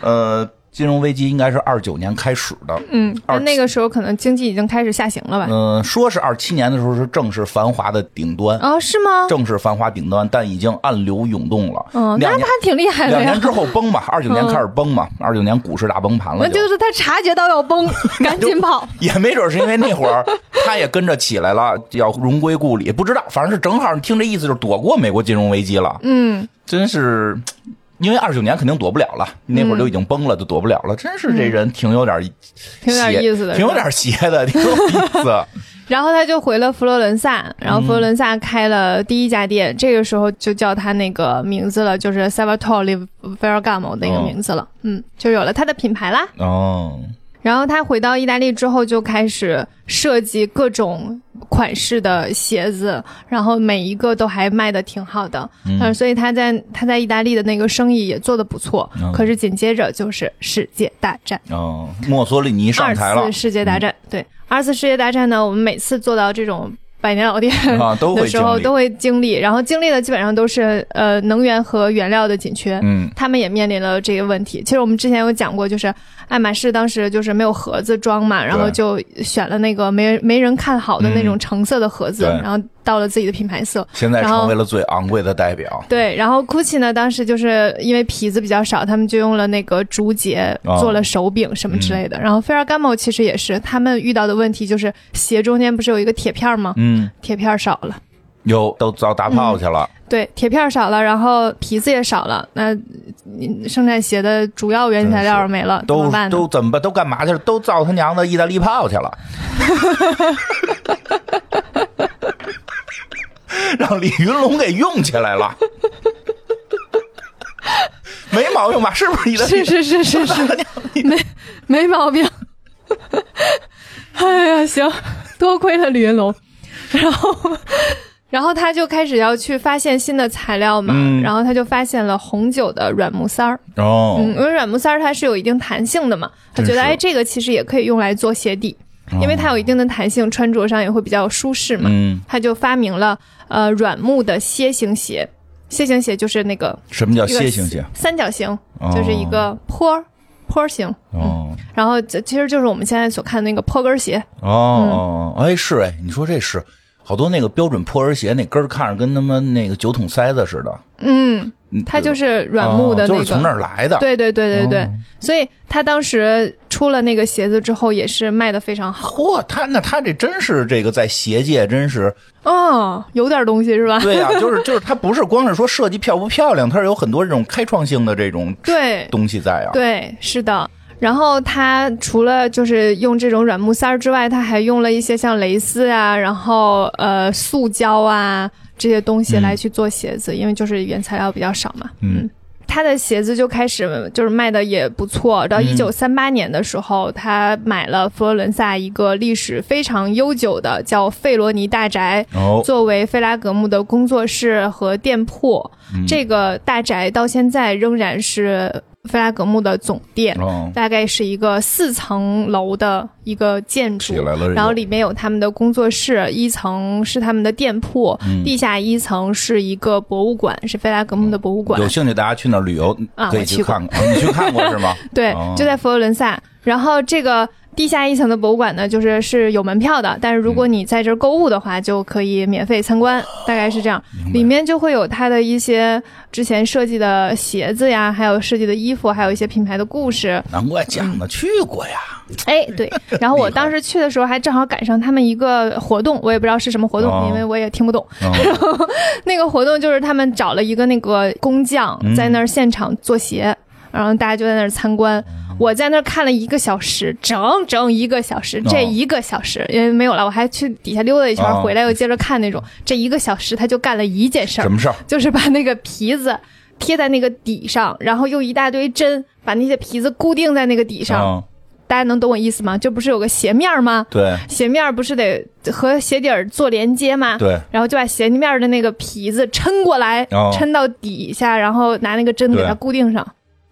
Speaker 2: 呃，金融危机应该是二九年开始的，
Speaker 1: 嗯，
Speaker 2: 二
Speaker 1: 但那个时候可能经济已经开始下行了吧？
Speaker 2: 嗯、说是二七年的时候是正是繁华的顶端，
Speaker 1: 啊，是吗？
Speaker 2: 嗯正是繁华顶端，但已经暗流涌动了。
Speaker 1: 嗯，那
Speaker 2: 两
Speaker 1: 他
Speaker 2: 年
Speaker 1: 挺厉害的
Speaker 2: 两
Speaker 1: 呀
Speaker 2: 年。之后崩嘛，二九年开始崩嘛，二九年股市大崩盘了
Speaker 1: 嗯那
Speaker 2: 就。
Speaker 1: 就是他察觉到要 崩，赶紧跑。
Speaker 2: 也没准是因为那会 儿他也跟着起来了，要荣归故里，不知道，反正是正好听这意思就是躲过美国金融危机了，
Speaker 1: 嗯，
Speaker 2: 真是。因为二九年肯定躲不了了，那会儿就已经崩了，就躲不了了。真
Speaker 1: 嗯
Speaker 2: 是这人挺有点儿
Speaker 1: 挺有点
Speaker 2: 邪
Speaker 1: 意思的。
Speaker 2: 挺有
Speaker 1: 是吧
Speaker 2: 点邪的， 挺有意思。
Speaker 1: 然后他就回了佛罗伦萨，然后佛罗伦
Speaker 2: 嗯
Speaker 1: 萨开了第一家店，这个时候就叫他那个名字了，就是 Salvatore Ferragamo 那个名字了。嗯，就有了他的品牌啦。
Speaker 2: 哦，
Speaker 1: 然后他回到意大利之后，就开始设计各种款式的鞋子，然后每一个都还卖的挺好的。嗯、所以他在他在意大利的那个生意也做得不错。
Speaker 2: 嗯
Speaker 1: 可是紧接着就是世界大战，
Speaker 2: 哦，墨索里尼上
Speaker 1: 二
Speaker 2: 台了嗯
Speaker 1: 次世界大战。对，二次世界大战呢，我们每次做到这种百年老店。
Speaker 2: 啊，都
Speaker 1: 的
Speaker 2: 会
Speaker 1: 时
Speaker 2: 经
Speaker 1: 候
Speaker 2: 历
Speaker 1: 都会经历，然后经历的基本上都是呃能源和原料的紧缺，
Speaker 2: 嗯
Speaker 1: 他们也面临了这个问题。其实我们之前有讲过，就是爱马仕当时就是没有盒子装嘛，然后就选了那个没人没人看好的那种橙色的盒子，
Speaker 2: 嗯对
Speaker 1: 然后到了自己的品牌色。
Speaker 2: 现在
Speaker 1: 然后
Speaker 2: 成为了最昂贵的代表。
Speaker 1: 对，然后 GUCCI 呢，当时就是因为皮子比较少，他们就用了那个竹节
Speaker 2: 哦嗯
Speaker 1: 做了手柄什么之类的。然后 Ferragamo 其实也是，他们遇到的问题就是鞋中间不是有一个铁片儿吗？
Speaker 2: 嗯，
Speaker 1: 铁片儿少了。
Speaker 2: 哟，都遭
Speaker 1: 嗯
Speaker 2: 大炮去了。
Speaker 1: 对，铁片儿少了，然后皮子也少了，那你生产鞋的主要原材料没了，怎么
Speaker 2: 都
Speaker 1: 办呢？
Speaker 2: 都怎么办？都干嘛去了？都造他娘的意大利炮去了， 让李云龙给用起来了，没毛病吧？是不是意大
Speaker 1: 是
Speaker 2: 利？
Speaker 1: 是是是是， 没没毛病。哎呀，行，多亏了李云龙。然后，然后他就开始要去发现新的材料嘛，
Speaker 2: 嗯
Speaker 1: 然后他就发现了红酒的软木塞儿，
Speaker 2: 哦，
Speaker 1: 嗯，因为软木塞儿它是有一定弹性的嘛，他
Speaker 2: 真
Speaker 1: 觉得
Speaker 2: 是哦
Speaker 1: 哎，这个其实也可以用来做鞋底，因为它有一定的弹性，穿着上也会比较舒适嘛。
Speaker 2: 嗯，
Speaker 1: 他就发明了呃软木的楔形鞋，楔形鞋就是那个
Speaker 2: 什么叫
Speaker 1: 一个
Speaker 2: 啊楔形鞋？
Speaker 1: 三角形，
Speaker 2: 哦
Speaker 1: 就是一个坡儿坡儿形，
Speaker 2: 哦
Speaker 1: 然后这其实就是我们现在所看的那个坡跟鞋，
Speaker 2: 哦哦，哎是哎，你说这是好多那个标准破跟鞋那根儿看着跟他妈那个酒桶塞子似的，
Speaker 1: 嗯，
Speaker 2: 嗯
Speaker 1: 它就是软
Speaker 2: 哦
Speaker 1: 木的那
Speaker 2: 就是从那
Speaker 1: 个。
Speaker 2: 儿来的，
Speaker 1: 对对对对对，
Speaker 2: 哦
Speaker 1: 所以他当时出了那个鞋子之后，也是卖的非常好。
Speaker 2: 嚯，他那他这真是这个在鞋界 真是
Speaker 1: 哦，有点东西是吧？
Speaker 2: 对呀、就是就是他不是光是说设计漂不漂亮，他是有很多这种开创性的这种
Speaker 1: 对
Speaker 2: 东西在啊。
Speaker 1: 对，是的。然后他除了就是用这种软木塞儿之外，他还用了一些像蕾丝啊，然后呃塑胶啊这些东西来去做鞋子，因为就是原材料比较少嘛。
Speaker 2: 嗯，
Speaker 1: 他的鞋子就开始嗯就是卖的也不错。到一九三八年的时候，他买了佛罗伦萨一个历史非常悠久的叫费罗尼大宅，
Speaker 2: 哦，
Speaker 1: 作为菲拉格慕的工作室和店铺。
Speaker 2: 嗯
Speaker 1: 这个大宅到现在仍然是菲拉格慕的总店，
Speaker 2: 哦，
Speaker 1: 大概是一个四层楼的一个建筑
Speaker 2: 起。来了，
Speaker 1: 然后里面有他们的工作室，一层是他们的店铺，
Speaker 2: 嗯
Speaker 1: 地下一层是一个博物馆，是菲拉格慕的博物馆。
Speaker 2: 有兴趣大家去那儿旅游
Speaker 1: 啊
Speaker 2: 可以
Speaker 1: 我
Speaker 2: 去
Speaker 1: 去过
Speaker 2: 看看，哦你去看过 是吗？
Speaker 1: 对
Speaker 2: 哦，
Speaker 1: 就在佛罗伦萨。然后这个地下一层的博物馆呢，就是是有门票的，但是如果你在这儿购物的话，就可以免费参
Speaker 2: 哦
Speaker 1: 观，大概是这样。里面就会有它的一些之前设计的鞋子呀，还有设计的衣服，还有一些品牌的故事。
Speaker 2: 难怪讲的去过呀，
Speaker 1: 哎，对。然后我当时去的时候，还正好赶上他们一个活动，我也不知道是什么活
Speaker 2: 哦
Speaker 1: 动，因为我也听不懂。
Speaker 2: 嗯
Speaker 1: 那个活动就是他们找了一个那个工匠
Speaker 2: 嗯
Speaker 1: 在那儿现场做鞋，然后大家就在那儿参观。我在那儿看了一个小时，整整一个小时，这一个小时因为没有了，我还去底下溜达一圈，
Speaker 2: 哦
Speaker 1: 回来又接着看那种。这一个小时他就干了一件事
Speaker 2: 什
Speaker 1: 儿，
Speaker 2: 么事儿？
Speaker 1: 就是把那个皮子贴在那个底上，然后用一大堆针把那些皮子固定在那个底上。
Speaker 2: 嗯
Speaker 1: 大家能懂我意思吗？这不是有个鞋面儿吗？
Speaker 2: 对
Speaker 1: 鞋面儿不是得和鞋底儿做连接吗？
Speaker 2: 对，
Speaker 1: 然后就把鞋面的那个皮子抻过来，
Speaker 2: 哦
Speaker 1: 抻到底下，然后拿那个针给它
Speaker 2: 对
Speaker 1: 固定上，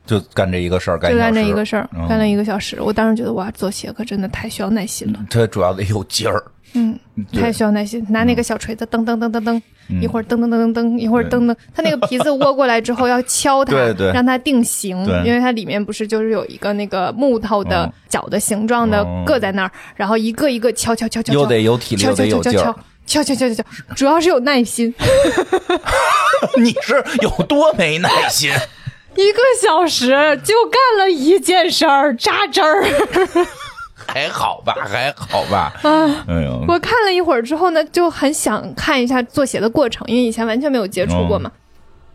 Speaker 2: 就干这一个事儿，干
Speaker 1: 就干这
Speaker 2: 小时
Speaker 1: 一个事儿
Speaker 2: 嗯，
Speaker 1: 干了一个小时。我当时觉得哇，做鞋可真的太需要耐心了，
Speaker 2: 嗯他主要得有劲儿，
Speaker 1: 嗯，
Speaker 2: 对嗯
Speaker 1: 太需要耐心。拿那个小锤子噔噔噔噔噔，一会儿噔噔噔噔噔，一会儿
Speaker 2: 对
Speaker 1: 噔噔。它那个皮子窝过来之后要敲它
Speaker 2: 对对，
Speaker 1: 让它定型
Speaker 2: 对，
Speaker 1: 因为它里面不是就是有一个那个木头的
Speaker 2: 嗯
Speaker 1: 脚的形状的
Speaker 2: 哦
Speaker 1: 硌在那儿，然后一个一个敲敲敲敲，
Speaker 2: 又
Speaker 1: 敲。
Speaker 2: 得有体力，
Speaker 1: 敲
Speaker 2: 又
Speaker 1: 敲
Speaker 2: 得有
Speaker 1: 敲敲
Speaker 2: 劲儿
Speaker 1: 敲。敲敲敲敲 敲，主要是有耐心。
Speaker 2: 你是有多没耐心？
Speaker 1: 一个小时就干了一件事儿，扎针儿。
Speaker 2: 还好吧，还好吧。
Speaker 1: 啊
Speaker 2: 哎呦，
Speaker 1: 我看了一会儿之后呢，就很想看一下做鞋的过程，因为以前完全没有接触过嘛。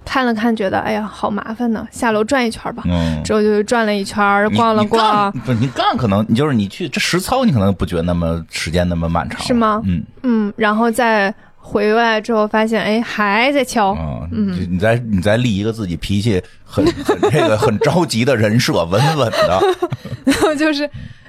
Speaker 1: 看了看，觉得哎呀，好麻烦呢，下楼转一圈吧。
Speaker 2: 嗯，
Speaker 1: 之后就转了一圈儿，
Speaker 2: 你
Speaker 1: 逛了
Speaker 2: 你干
Speaker 1: 逛，
Speaker 2: 不是你干可能你就是你去这实操，你可能不觉得那么时间那么漫长，
Speaker 1: 是吗
Speaker 2: 嗯
Speaker 1: 嗯，然后再回来之后发现，哎，还在敲。
Speaker 2: 啊，嗯，你再你再立一个自己脾气很 很这个很着急的人设，稳稳 的，
Speaker 1: 就是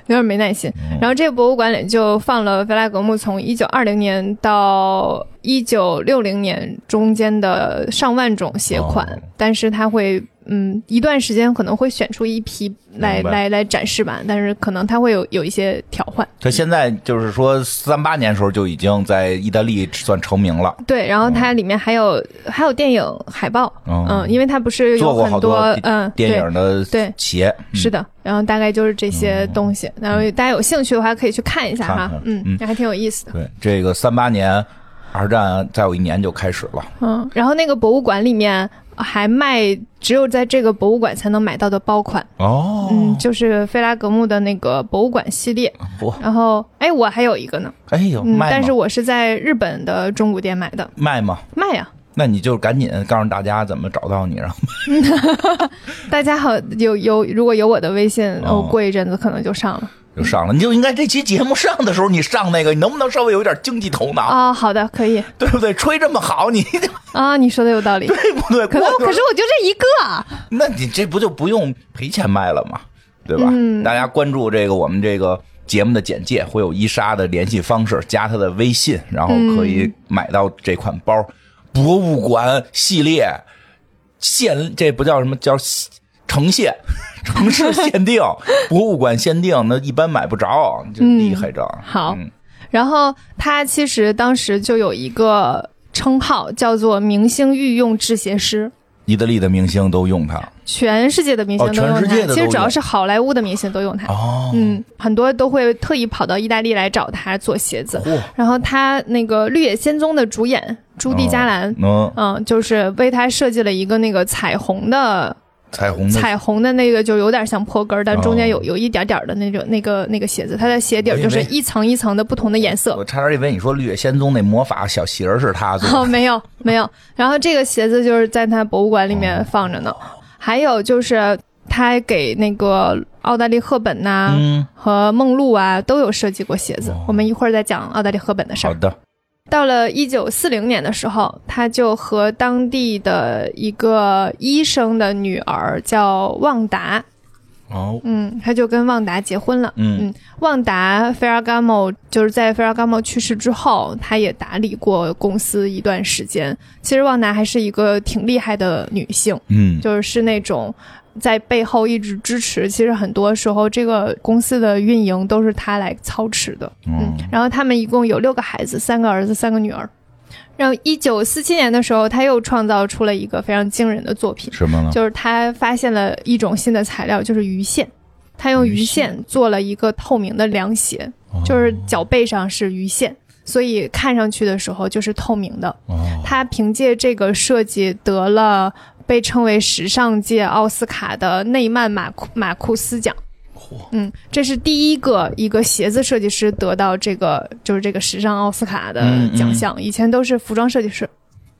Speaker 1: 有点没耐心。
Speaker 2: 嗯
Speaker 1: 然后这个博物馆里就放了菲拉格慕从一九二零年到一九六零年中间的上万种鞋款，
Speaker 2: 哦
Speaker 1: 但是它会。嗯，一段时间可能会选出一批来
Speaker 2: 明白
Speaker 1: 来来展示吧，但是可能它会有有一些调换。
Speaker 2: 他现在就是说三八年时候就已经在意大利算成名了，
Speaker 1: 对，然后它里面还有、还有电影海报，
Speaker 2: 哦
Speaker 1: 嗯，因为它不是
Speaker 2: 做
Speaker 1: 有
Speaker 2: 过
Speaker 1: 很
Speaker 2: 好多
Speaker 1: 嗯
Speaker 2: 电
Speaker 1: 对
Speaker 2: 影嗯的
Speaker 1: 对
Speaker 2: 鞋，
Speaker 1: 是的，然后大概就是这些东西，然后大家有兴趣的话可以去看一下
Speaker 2: 哦看
Speaker 1: 哈，
Speaker 2: 看
Speaker 1: 嗯，还挺有意思的。
Speaker 2: 对这个三八年。二战再有一年就开始了，
Speaker 1: 嗯，然后那个博物馆里面还卖只有在这个博物馆才能买到的包款，
Speaker 2: 哦，
Speaker 1: 嗯，就是菲拉格慕的那个博物馆系列。
Speaker 2: 我
Speaker 1: 然后，哎，我还有一个呢，
Speaker 2: 哎呦，
Speaker 1: 嗯，
Speaker 2: 卖
Speaker 1: 但
Speaker 2: 吗
Speaker 1: 是我是在日本的中古店买的，
Speaker 2: 卖吗？
Speaker 1: 卖呀、
Speaker 2: 那你就赶紧告诉大家怎么找到你，然后
Speaker 1: 大家好，有有，如果有我的微信，
Speaker 2: 哦
Speaker 1: 我过一阵子可能就上了。
Speaker 2: 就上了。你就应该这期节目上的时候，你上那个，你能不能稍微有点经济头脑，
Speaker 1: 啊、好的，可以
Speaker 2: 对不对？吹这么好，你对
Speaker 1: 啊、你说的有 道理。
Speaker 2: 不对？
Speaker 1: 可能
Speaker 2: 过一会儿
Speaker 1: 可是我就这一个啊，
Speaker 2: 嗯那你这不就不用赔钱卖了吗？对吧？大家关注这个我们这个节目的简介会有伊莎的联系方式，加她的微信，然后可以买到这款包。博物馆系列限，这不叫什么叫城县 城市限定，博物馆限定，那一般买不着，就厉害着。
Speaker 1: 好
Speaker 2: 嗯
Speaker 1: 然后他其实当时就有一个称号，叫做“明星御用制鞋师
Speaker 2: 意大利的明星都用它。”，
Speaker 1: 全世界的明星
Speaker 2: 哦
Speaker 1: 都用
Speaker 2: 全世
Speaker 1: 它。
Speaker 2: 界的都
Speaker 1: 其实只要
Speaker 2: 用
Speaker 1: 是好莱坞的明星都用它。
Speaker 2: 哦，
Speaker 1: 嗯，很多都会特意跑到意大利来找他做鞋子。
Speaker 2: 嚯，
Speaker 1: 然后他那个《绿野仙踪》的主演朱迪·加兰，
Speaker 2: 嗯，
Speaker 1: 嗯，就是为他设计了一个那个彩虹的
Speaker 2: 彩虹的
Speaker 1: 彩虹的那个，就有点像坡跟儿，但
Speaker 2: 哦
Speaker 1: 中间有有一点点儿的那种那个那个鞋子，它的鞋底儿
Speaker 2: 我以
Speaker 1: 就
Speaker 2: 为
Speaker 1: 是一层一层的不同的颜色
Speaker 2: 我。差点以为你说《绿野仙踪》那魔法小鞋儿是他做
Speaker 1: 哦，
Speaker 2: 的，
Speaker 1: 没有没有。然后这个鞋子就是在他博物馆里
Speaker 2: 哦
Speaker 1: 面放着呢。还有就是他给那个奥黛丽·赫本呐、
Speaker 2: 嗯，
Speaker 1: 和梦露啊都有设计过鞋子
Speaker 2: 哦。
Speaker 1: 我们一会儿再讲奥黛丽·赫本的事
Speaker 2: 好
Speaker 1: 儿。
Speaker 2: 的，
Speaker 1: 到了一九四零年的时候，他就和当地的一个医生的女儿叫旺达，
Speaker 2: 哦，
Speaker 1: 嗯，他就跟旺达结婚了。
Speaker 2: 嗯
Speaker 1: 嗯旺达菲尔伽莫就是在菲尔伽莫去世之后，他也打理过公司一段时间。其实旺达还是一个挺厉害的女性，
Speaker 2: 嗯，
Speaker 1: 就是是那种在背后一直支持。其实很多时候，这个公司的运营都是她来操持的。嗯
Speaker 2: 嗯，
Speaker 1: 然后他们一共有六个孩子，三个儿子，三个女儿。然后，一九四七年的时候，他又创造出了一个非常惊人的作品，
Speaker 2: 什么呢？
Speaker 1: 就是他发现了一种新的材料，就是鱼线。他用鱼
Speaker 2: 鱼哦
Speaker 1: 线做了一个透明的凉鞋，就是脚背上是鱼线，所以看上去的时候就是透明的。
Speaker 2: 哦，
Speaker 1: 他凭借这个设计得了被称为时尚界奥斯卡的内曼马库马库斯奖。嗯，这是第一个一个鞋子设计师得到这个就是这个时尚奥斯卡的
Speaker 2: 嗯嗯
Speaker 1: 奖项，以前都是服装设计师。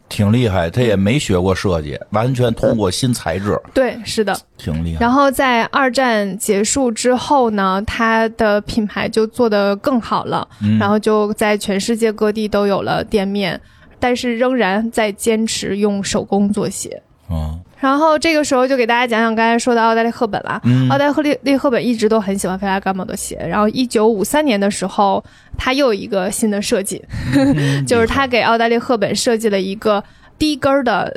Speaker 2: 挺厉害，他也没学过设计，完全通过新材质，
Speaker 1: 对，是的。
Speaker 2: 挺厉害。
Speaker 1: 然后在二战结束之后呢，它的品牌就做得更好了，然后就在全世界各地都有了店面，但是仍然在坚持用手工做鞋。
Speaker 2: 嗯
Speaker 1: 然后这个时候就给大家讲讲刚才说的奥黛丽·赫本啦。
Speaker 2: 嗯
Speaker 1: 奥黛丽丽赫本一直都很喜欢菲拉伽莫的鞋，然后一九五三年的时候，她又有一个新的设计，
Speaker 2: 嗯
Speaker 1: 就是她给奥黛丽赫本设计了一个低跟儿的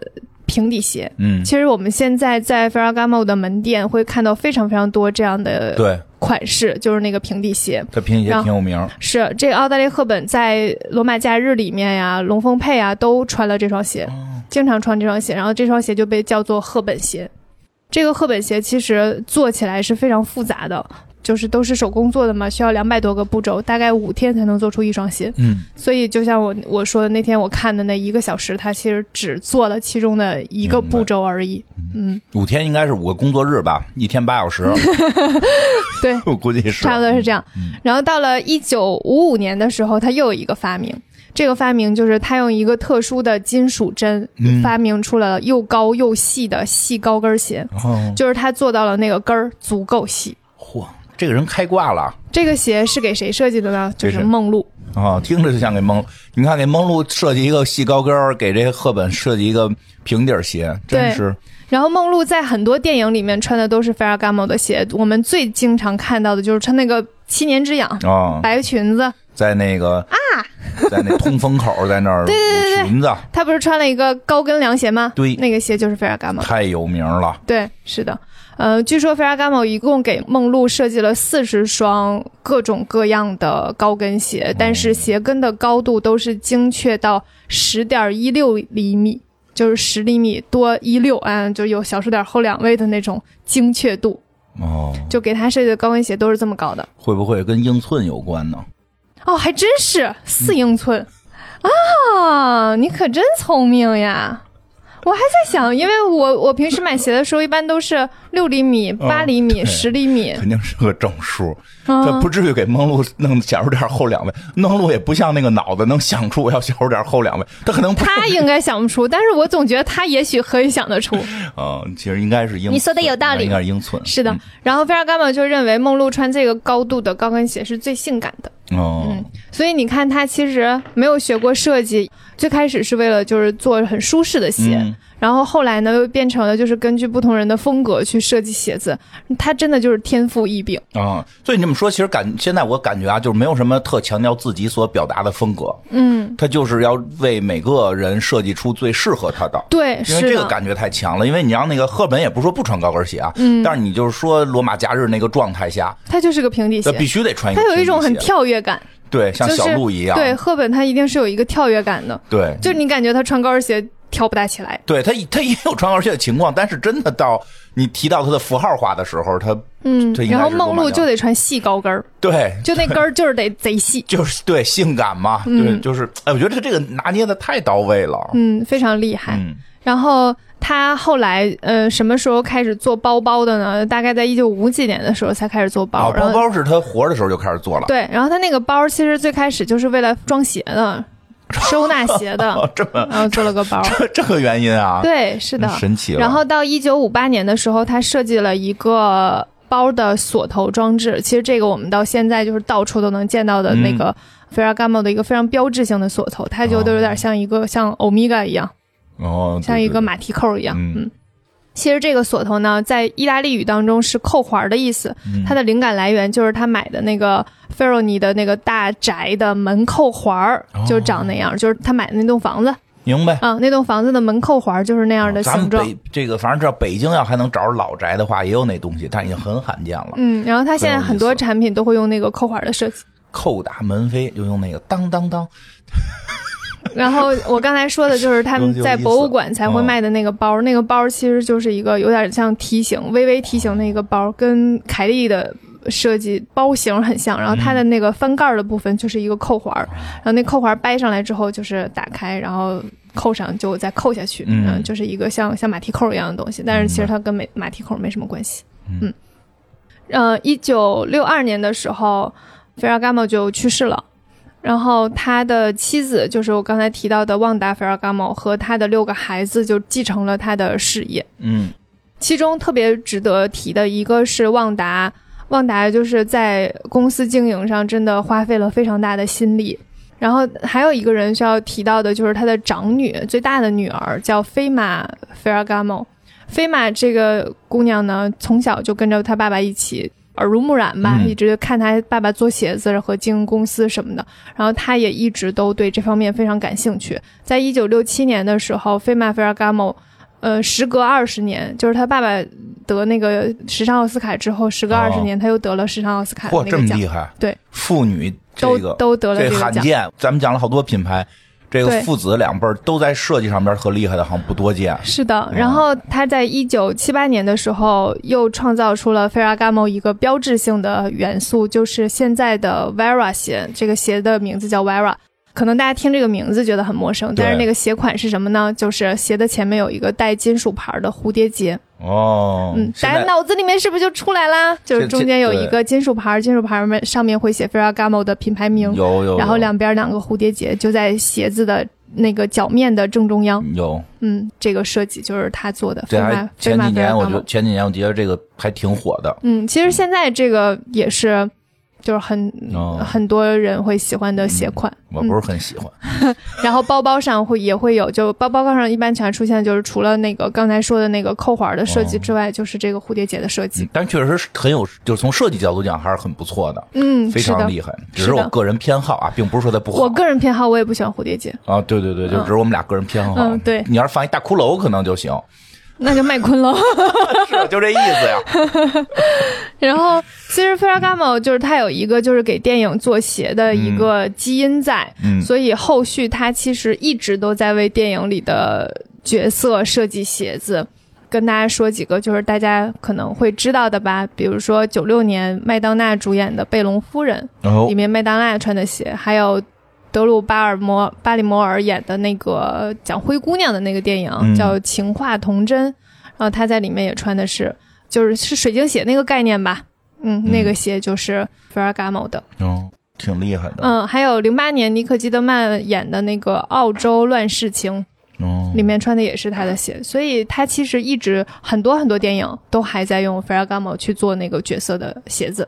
Speaker 1: 平底鞋。
Speaker 2: 嗯，
Speaker 1: 其实我们现在在 Ferragamo 的门店会看到非常非常多这样的
Speaker 2: 对，
Speaker 1: 款式，就是那个平底鞋。
Speaker 2: 他拼鞋
Speaker 1: 然后
Speaker 2: 挺有名，
Speaker 1: 是这个奥黛丽·赫本在罗马假日里面呀、龙凤配啊都穿了这双鞋，
Speaker 2: 嗯
Speaker 1: 经常穿这双鞋，然后这双鞋就被叫做赫本鞋。这个赫本鞋其实做起来是非常复杂的，就是都是手工做的嘛，需要两百多个步骤，大概五天才能做出一双鞋。
Speaker 2: 嗯，
Speaker 1: 所以就像我我说的那天我看的那一个小时，它其实只做了其中的一个
Speaker 2: 明白
Speaker 1: 步骤而已。嗯，
Speaker 2: 五天应该是五个工作日吧，一天八小时，
Speaker 1: 对，
Speaker 2: 我估计是
Speaker 1: 嗯
Speaker 2: 嗯
Speaker 1: 差不多是这样。然后到了一九五五年的时候，他又有一个发明，这个发明就是他用一个特殊的金属针
Speaker 2: 嗯
Speaker 1: 发明出了又高又细的细高跟鞋，
Speaker 2: 哦，
Speaker 1: 就是他做到了那个跟儿足够细。
Speaker 2: 嚯，这个人开挂了
Speaker 1: 这个鞋是给谁设计的呢？就
Speaker 2: 这
Speaker 1: 是
Speaker 2: 是
Speaker 1: 梦露。
Speaker 2: 啊！听着就像给蒙，你看给蒙露设计一个细高跟儿，给这赫本设计一个平底儿鞋，真
Speaker 1: 对
Speaker 2: 是
Speaker 1: 然后梦露在很多电影里面穿的都是 Ferragamo 的鞋，我们最经常看到的就是穿那个七年之痒。
Speaker 2: 啊，
Speaker 1: 白裙子，
Speaker 2: 在那个啊， 在那通风口儿在那儿
Speaker 1: 对对对
Speaker 2: 舞裙子，
Speaker 1: 她不是穿了一个高跟凉鞋吗？
Speaker 2: 对
Speaker 1: 那个鞋就是 Ferragamo。
Speaker 2: 太有名了，
Speaker 1: 对，是的，呃，据说 Ferragamo 一共给梦露设计了四十双各种各样的高跟鞋，但是鞋跟的高度都是精确到十点一六厘米，就是十厘米多一六，嗯，就有小数点后两位的那种精确度，
Speaker 2: 哦，
Speaker 1: 就给他设计的高跟鞋都是这么高的。
Speaker 2: 会不会跟英寸有关呢？
Speaker 1: 哦，还真是四英寸、啊！你可真聪明呀！我还在想，因为我我平时买鞋的时候，一般都是六厘米、八厘米、
Speaker 2: 对
Speaker 1: 十厘 米，
Speaker 2: 肯定是个整数，他
Speaker 1: 嗯，
Speaker 2: 不至于给梦露弄小数点后两位。梦露也不像那个脑子能想出我要小数点后两位，他可 能不
Speaker 1: 他应该想不出，但是我总觉得他也许可以想得出。
Speaker 2: 啊、其实应该是英寸，
Speaker 3: 你说得有道理
Speaker 2: 应该是英寸。
Speaker 1: 是的，然后菲尔伽莫就认为梦露穿这个高度的高跟鞋是最性感的，
Speaker 2: 哦，
Speaker 1: 嗯所以你看，他其实没有学过设计，最开始是为了就是做很舒适的鞋，
Speaker 2: 嗯
Speaker 1: 然后后来呢又变成了就是根据不同人的风格去设计鞋子，他真的就是天赋异禀。
Speaker 2: 啊、所以你这么说，其实感现在我感觉啊，就是没有什么特强调自己所表达的风格，
Speaker 1: 嗯，
Speaker 2: 他就是要为每个人设计出最适合他的。
Speaker 1: 对，
Speaker 2: 因
Speaker 1: 是
Speaker 2: 为这
Speaker 1: 的，
Speaker 2: 个感觉太强了，因为你让那个赫本也不是说不穿高跟鞋啊，嗯，但是你就是说罗马假日那个状态下，
Speaker 1: 他就是个平底
Speaker 2: 他
Speaker 1: 鞋，
Speaker 2: 必须得穿一个
Speaker 1: 他有一种很
Speaker 2: 平底鞋
Speaker 1: 跳跃感，
Speaker 2: 对，像
Speaker 1: 就是
Speaker 2: 小鹿一样，
Speaker 1: 对，赫本他一定是有一个跳跃感的，
Speaker 2: 对
Speaker 1: 就你感觉他穿高跟鞋跳不大起来。
Speaker 2: 对他他也有穿高跟鞋的情况，但是真的到你提到他的符号化的时候，他嗯，他应该
Speaker 1: 然后
Speaker 2: 是
Speaker 1: 梦
Speaker 2: 罗
Speaker 1: 露
Speaker 2: 马
Speaker 1: 就
Speaker 2: 假日
Speaker 1: 得穿细高跟儿，
Speaker 2: 对
Speaker 1: 就 那根儿就是得贼细，
Speaker 2: 就是对性感嘛，对，就是哎，我觉得他这个拿捏的太到位了，
Speaker 1: 嗯，非常厉害。
Speaker 2: 嗯
Speaker 1: 然后他后来呃什么时候开始做包包的呢？大概在一九五几年的时候才开始做包，
Speaker 2: 啊，
Speaker 1: 然
Speaker 2: 包
Speaker 1: 后
Speaker 2: 包是他活着的时候就开始做了，
Speaker 1: 对，然后他那个包其实最开始就是为了装鞋 的，收纳鞋
Speaker 2: 哦
Speaker 1: 的，，
Speaker 2: 这么
Speaker 1: 然后做了个包。
Speaker 2: 这这个原因啊，
Speaker 1: 对，是的。
Speaker 2: 神奇了。
Speaker 1: 然后到一九五八年的时候，他设计了一个包的锁头装置。其实这个我们到现在就是到处都能见到的那个 Ferragamo 的一个非常标志性的锁头，它就
Speaker 2: 嗯哦
Speaker 1: 都有点像一个、像 Omega 一样，
Speaker 2: 哦，对
Speaker 1: 像一个
Speaker 2: 对
Speaker 1: 马蹄扣一样。
Speaker 2: 嗯
Speaker 1: 嗯，其实这个锁头呢，在意大利语当中是扣环的意思，
Speaker 2: 嗯
Speaker 1: 它的灵感来源就是他买的那个费罗尼的那个大宅的门扣环儿，
Speaker 2: 哦
Speaker 1: 就长那样，就是他买的那栋房子
Speaker 2: 明白。
Speaker 1: 啊，那栋房子的门扣环儿就是那样的
Speaker 2: 哦咱们
Speaker 1: 形状。
Speaker 2: 北这个，反正知道北京要还能找着老宅的话，也有那东西，但已经很罕见了。
Speaker 1: 嗯，然后它现在
Speaker 2: 很有意
Speaker 1: 很多
Speaker 2: 思
Speaker 1: 产品都会用那个扣环的设计。
Speaker 2: 扣打门扉就用那个当当当，
Speaker 1: 然后我刚才说的就是他们在博物馆才会卖的那个包，那个包其实就是一个有点像梯形、微微梯形的一个包，跟凯利的设计包型很像。然后它的那个翻盖儿的部分就是一个扣环儿，然后那扣环儿掰上来之后就是打开，然后扣上就再扣下去，
Speaker 2: 嗯
Speaker 1: 就是一个像像马蹄扣一样的东西，但是其实它跟没马蹄扣没什么关系。嗯，呃，一九六二年的时候，菲尔伽莫就去世了。然后他的妻子就是我刚才提到的旺达·菲尔伽莫和他的六个孩子就继承了他的事业。
Speaker 2: 嗯，
Speaker 1: 其中特别值得提的一个是旺达，旺达就是在公司经营上真的花费了非常大的心力。然后还有一个人需要提到的就是他的长女，最大的女儿叫菲玛·菲尔伽莫。菲玛这个姑娘呢，从小就跟着她爸爸一起耳濡目染吧，
Speaker 2: 嗯
Speaker 1: 一直看她爸爸做鞋子和经营公司什么的。然后她也一直都对这方面非常感兴趣。在一九六七年的时候，菲玛·菲尔伽莫呃，时隔二十年，就是他爸爸得那个时尚奥斯卡之后，时隔二十
Speaker 2: 哦
Speaker 1: 年，他又得了时尚奥斯卡的
Speaker 2: 嚯，
Speaker 1: 哎那
Speaker 2: 这
Speaker 1: 个
Speaker 2: 么
Speaker 1: 奖，
Speaker 2: 厉害！
Speaker 1: 对，
Speaker 2: 妇女这
Speaker 1: 都
Speaker 2: 个
Speaker 1: 都得了
Speaker 2: 这
Speaker 1: 这个
Speaker 2: 罕
Speaker 1: 奖。
Speaker 2: 见，咱们讲了好多品牌，这个
Speaker 1: 对
Speaker 2: 父子两辈儿都在设计上边儿特厉害的，好像不多见。
Speaker 1: 是的，然后他在一九七八年的时候，又创造出了 Ferragamo 一个标志性的元素，就是现在的 Vera 鞋。这个鞋的名字叫 Vera，可能大家听这个名字觉得很陌生，
Speaker 2: 对
Speaker 1: 但是那个鞋款是什么呢？就是鞋的前面有一个带金属牌的蝴蝶结。
Speaker 2: 哦，
Speaker 1: 嗯，
Speaker 2: 现
Speaker 1: 大家
Speaker 2: 在
Speaker 1: 脑子里面是不是就出来啦？就是中间有一个金属牌，金属牌面上面会写 Ferragamo 的品牌
Speaker 2: 嗯有
Speaker 1: 名，
Speaker 2: 有有，
Speaker 1: 然后两边两个蝴蝶结就在鞋子的那个脚面的正中央。
Speaker 2: 有，
Speaker 1: 嗯，这个设计就是他做的。
Speaker 2: 这
Speaker 1: 飞
Speaker 2: 还
Speaker 1: 马飞
Speaker 2: 前
Speaker 1: 马
Speaker 2: 几年，我觉得
Speaker 1: Ferragamo
Speaker 2: 前几年我觉得这个还挺火的。
Speaker 1: 嗯，其实现在这个也是，就是很、
Speaker 2: 哦嗯
Speaker 1: 很多人会喜欢的鞋款。
Speaker 2: 我不是很喜欢，
Speaker 1: 然后包包上会也会有，就包包上一般全出现，就是除了那个刚才说的那个扣环的设计
Speaker 2: 哦
Speaker 1: 之外，就是这个蝴蝶结的设计
Speaker 2: 嗯。但确实是很有，就是从设计角度讲还是很不错的，
Speaker 1: 嗯，
Speaker 2: 非
Speaker 1: 是
Speaker 2: 常
Speaker 1: 的。
Speaker 2: 厉害。只
Speaker 1: 是
Speaker 2: 是
Speaker 1: 的
Speaker 2: 我个人偏好啊，并不是说它不好。
Speaker 1: 我个人偏好，我也不喜欢蝴蝶结。
Speaker 2: 啊，对对对，就只是我们俩个人偏好。啊
Speaker 1: 嗯对
Speaker 2: 你要是放一大骷髅可能就 行，
Speaker 1: 那就麦昆喽。
Speaker 2: 是就这意思呀。
Speaker 1: 然后，其实 Ferragamo 就是它有一个就是给电影做鞋的一个基因在，
Speaker 2: 嗯
Speaker 1: 所以后续它其实一直都在为电影里的角色设计鞋子。跟大家说几个，就是大家可能会知道的吧，比如说九六年麦当娜主演的《贝隆夫人》，
Speaker 2: 然后
Speaker 1: 里面麦当娜穿的鞋，还有德鲁巴尔摩巴里摩尔演的那个讲灰姑娘的那个电影、
Speaker 2: 嗯
Speaker 1: 叫《情话童真》，然后她在里面也穿的是就是是水晶鞋那个概念吧。嗯，
Speaker 2: 嗯
Speaker 1: 那个鞋就是 Ferragamo 的。
Speaker 2: 嗯，挺厉害的。
Speaker 1: 嗯，还有零八年尼克基德曼演的那个《澳洲乱世情
Speaker 2: 嗯》，
Speaker 1: 里面穿的也是他的鞋，所以他其实一直很多很多电影都还在用 Ferragamo 去做那个角色的鞋子。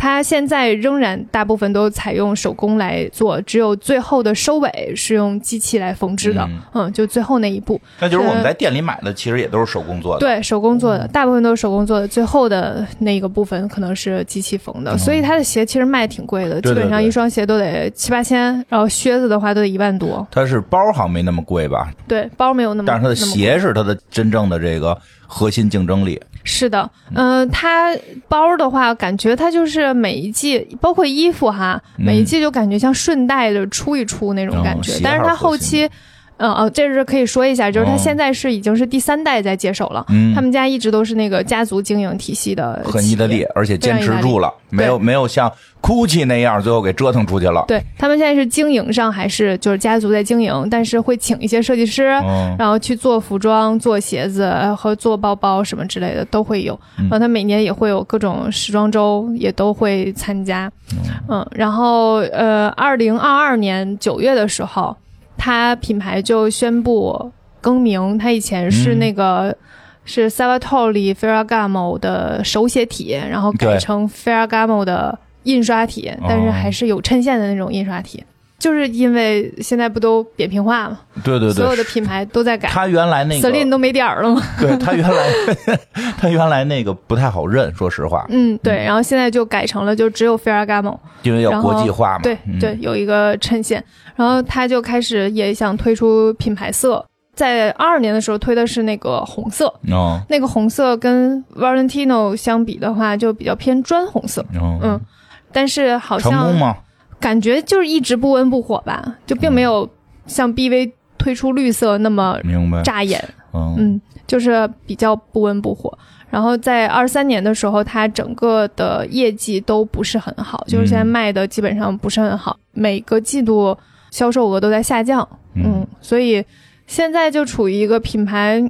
Speaker 1: 它现在仍然大部分都采用手工来做，只有最后的收尾是用机器来缝制的。
Speaker 2: 嗯
Speaker 1: 嗯就最后那一步，
Speaker 2: 那就是我们在店里买的，其实也都是手工做的。嗯
Speaker 1: 对手工做的，大部分都是手工做的，最后的那个部分可能是机器缝的。所以它的鞋其实卖挺贵的，
Speaker 2: 嗯对对
Speaker 1: 基本上
Speaker 2: 对
Speaker 1: 一双鞋都得七八千，然后靴子的话都得一万多。
Speaker 2: 它是包好像没那么贵吧，
Speaker 1: 对，包没有那么，
Speaker 2: 但是它的
Speaker 1: 那么贵
Speaker 2: 鞋是它的真正的这个核心竞争力。
Speaker 1: 是的，嗯、它包的话，感觉它就是每一季，包括衣服哈，每一季就感觉像顺带着出一出那种感觉。
Speaker 2: 嗯哦鞋
Speaker 1: 但是
Speaker 2: 还
Speaker 1: 它
Speaker 2: 是核
Speaker 1: 后
Speaker 2: 心
Speaker 1: 期，嗯、呃、哦，这是可以说一下，就是它
Speaker 2: 哦
Speaker 1: 现在是已经是第三代在接手了。
Speaker 2: 嗯
Speaker 1: 他们家一直都是那个家族经营体系的，
Speaker 2: 很意大利，。而且坚持住了，
Speaker 1: 嗯非常意大利
Speaker 2: 没有没有像 Gucci 那样最后给折腾出去了。
Speaker 1: 对他们现在是经营上还是就是家族在经营，但是会请一些设计师，
Speaker 2: 嗯，
Speaker 1: 然后去做服装、做鞋子呃和做包包什么之类的都会有。
Speaker 2: 嗯
Speaker 1: 然后他每年也会有各种时装周，也都会参加。
Speaker 2: 哦
Speaker 1: 嗯，然后呃，二零二二年九月的时候，他品牌就宣布更名，他以前是
Speaker 2: 嗯
Speaker 1: 那个。是 Salvatore Ferragamo 的手写体，然后改
Speaker 2: 对
Speaker 1: 成 Ferragamo 的印刷体，但是
Speaker 2: 哦
Speaker 1: 还是有衬线的那种印刷体，就是因为现在不都扁平化嘛，
Speaker 2: 对对
Speaker 1: 所有
Speaker 2: 对，
Speaker 1: 的品牌都在改。
Speaker 2: 他原来那个
Speaker 1: Celine 都没点儿了 吗？
Speaker 2: 对他原来他原来那个不太好认，说实话，
Speaker 1: 嗯，对，然后现在就改成了就只有 Ferragamo，
Speaker 2: 因为要
Speaker 1: 然后
Speaker 2: 国际化嘛。
Speaker 1: 对
Speaker 2: 嗯
Speaker 1: 对，，有一个衬线，然后他就开始也想推出品牌色，在二二年的时候推的是那个红色，
Speaker 2: 哦
Speaker 1: 那个红色跟 Valentino 相比的话就比较偏砖红色，
Speaker 2: 哦，
Speaker 1: 嗯，但是好
Speaker 2: 成功
Speaker 1: 像
Speaker 2: 吗？
Speaker 1: 感觉就是一直不温不火吧，就并没有像 BV 推出绿色那么
Speaker 2: 明白，
Speaker 1: 扎眼，
Speaker 2: 嗯
Speaker 1: 嗯，就是比较不温不火。然后在二三年的时候，它整个的业绩都不是很好，就是现在
Speaker 2: 嗯
Speaker 1: 卖的基本上不是很好，每个季度销售额都在下降。嗯，所以现在就处于一个品牌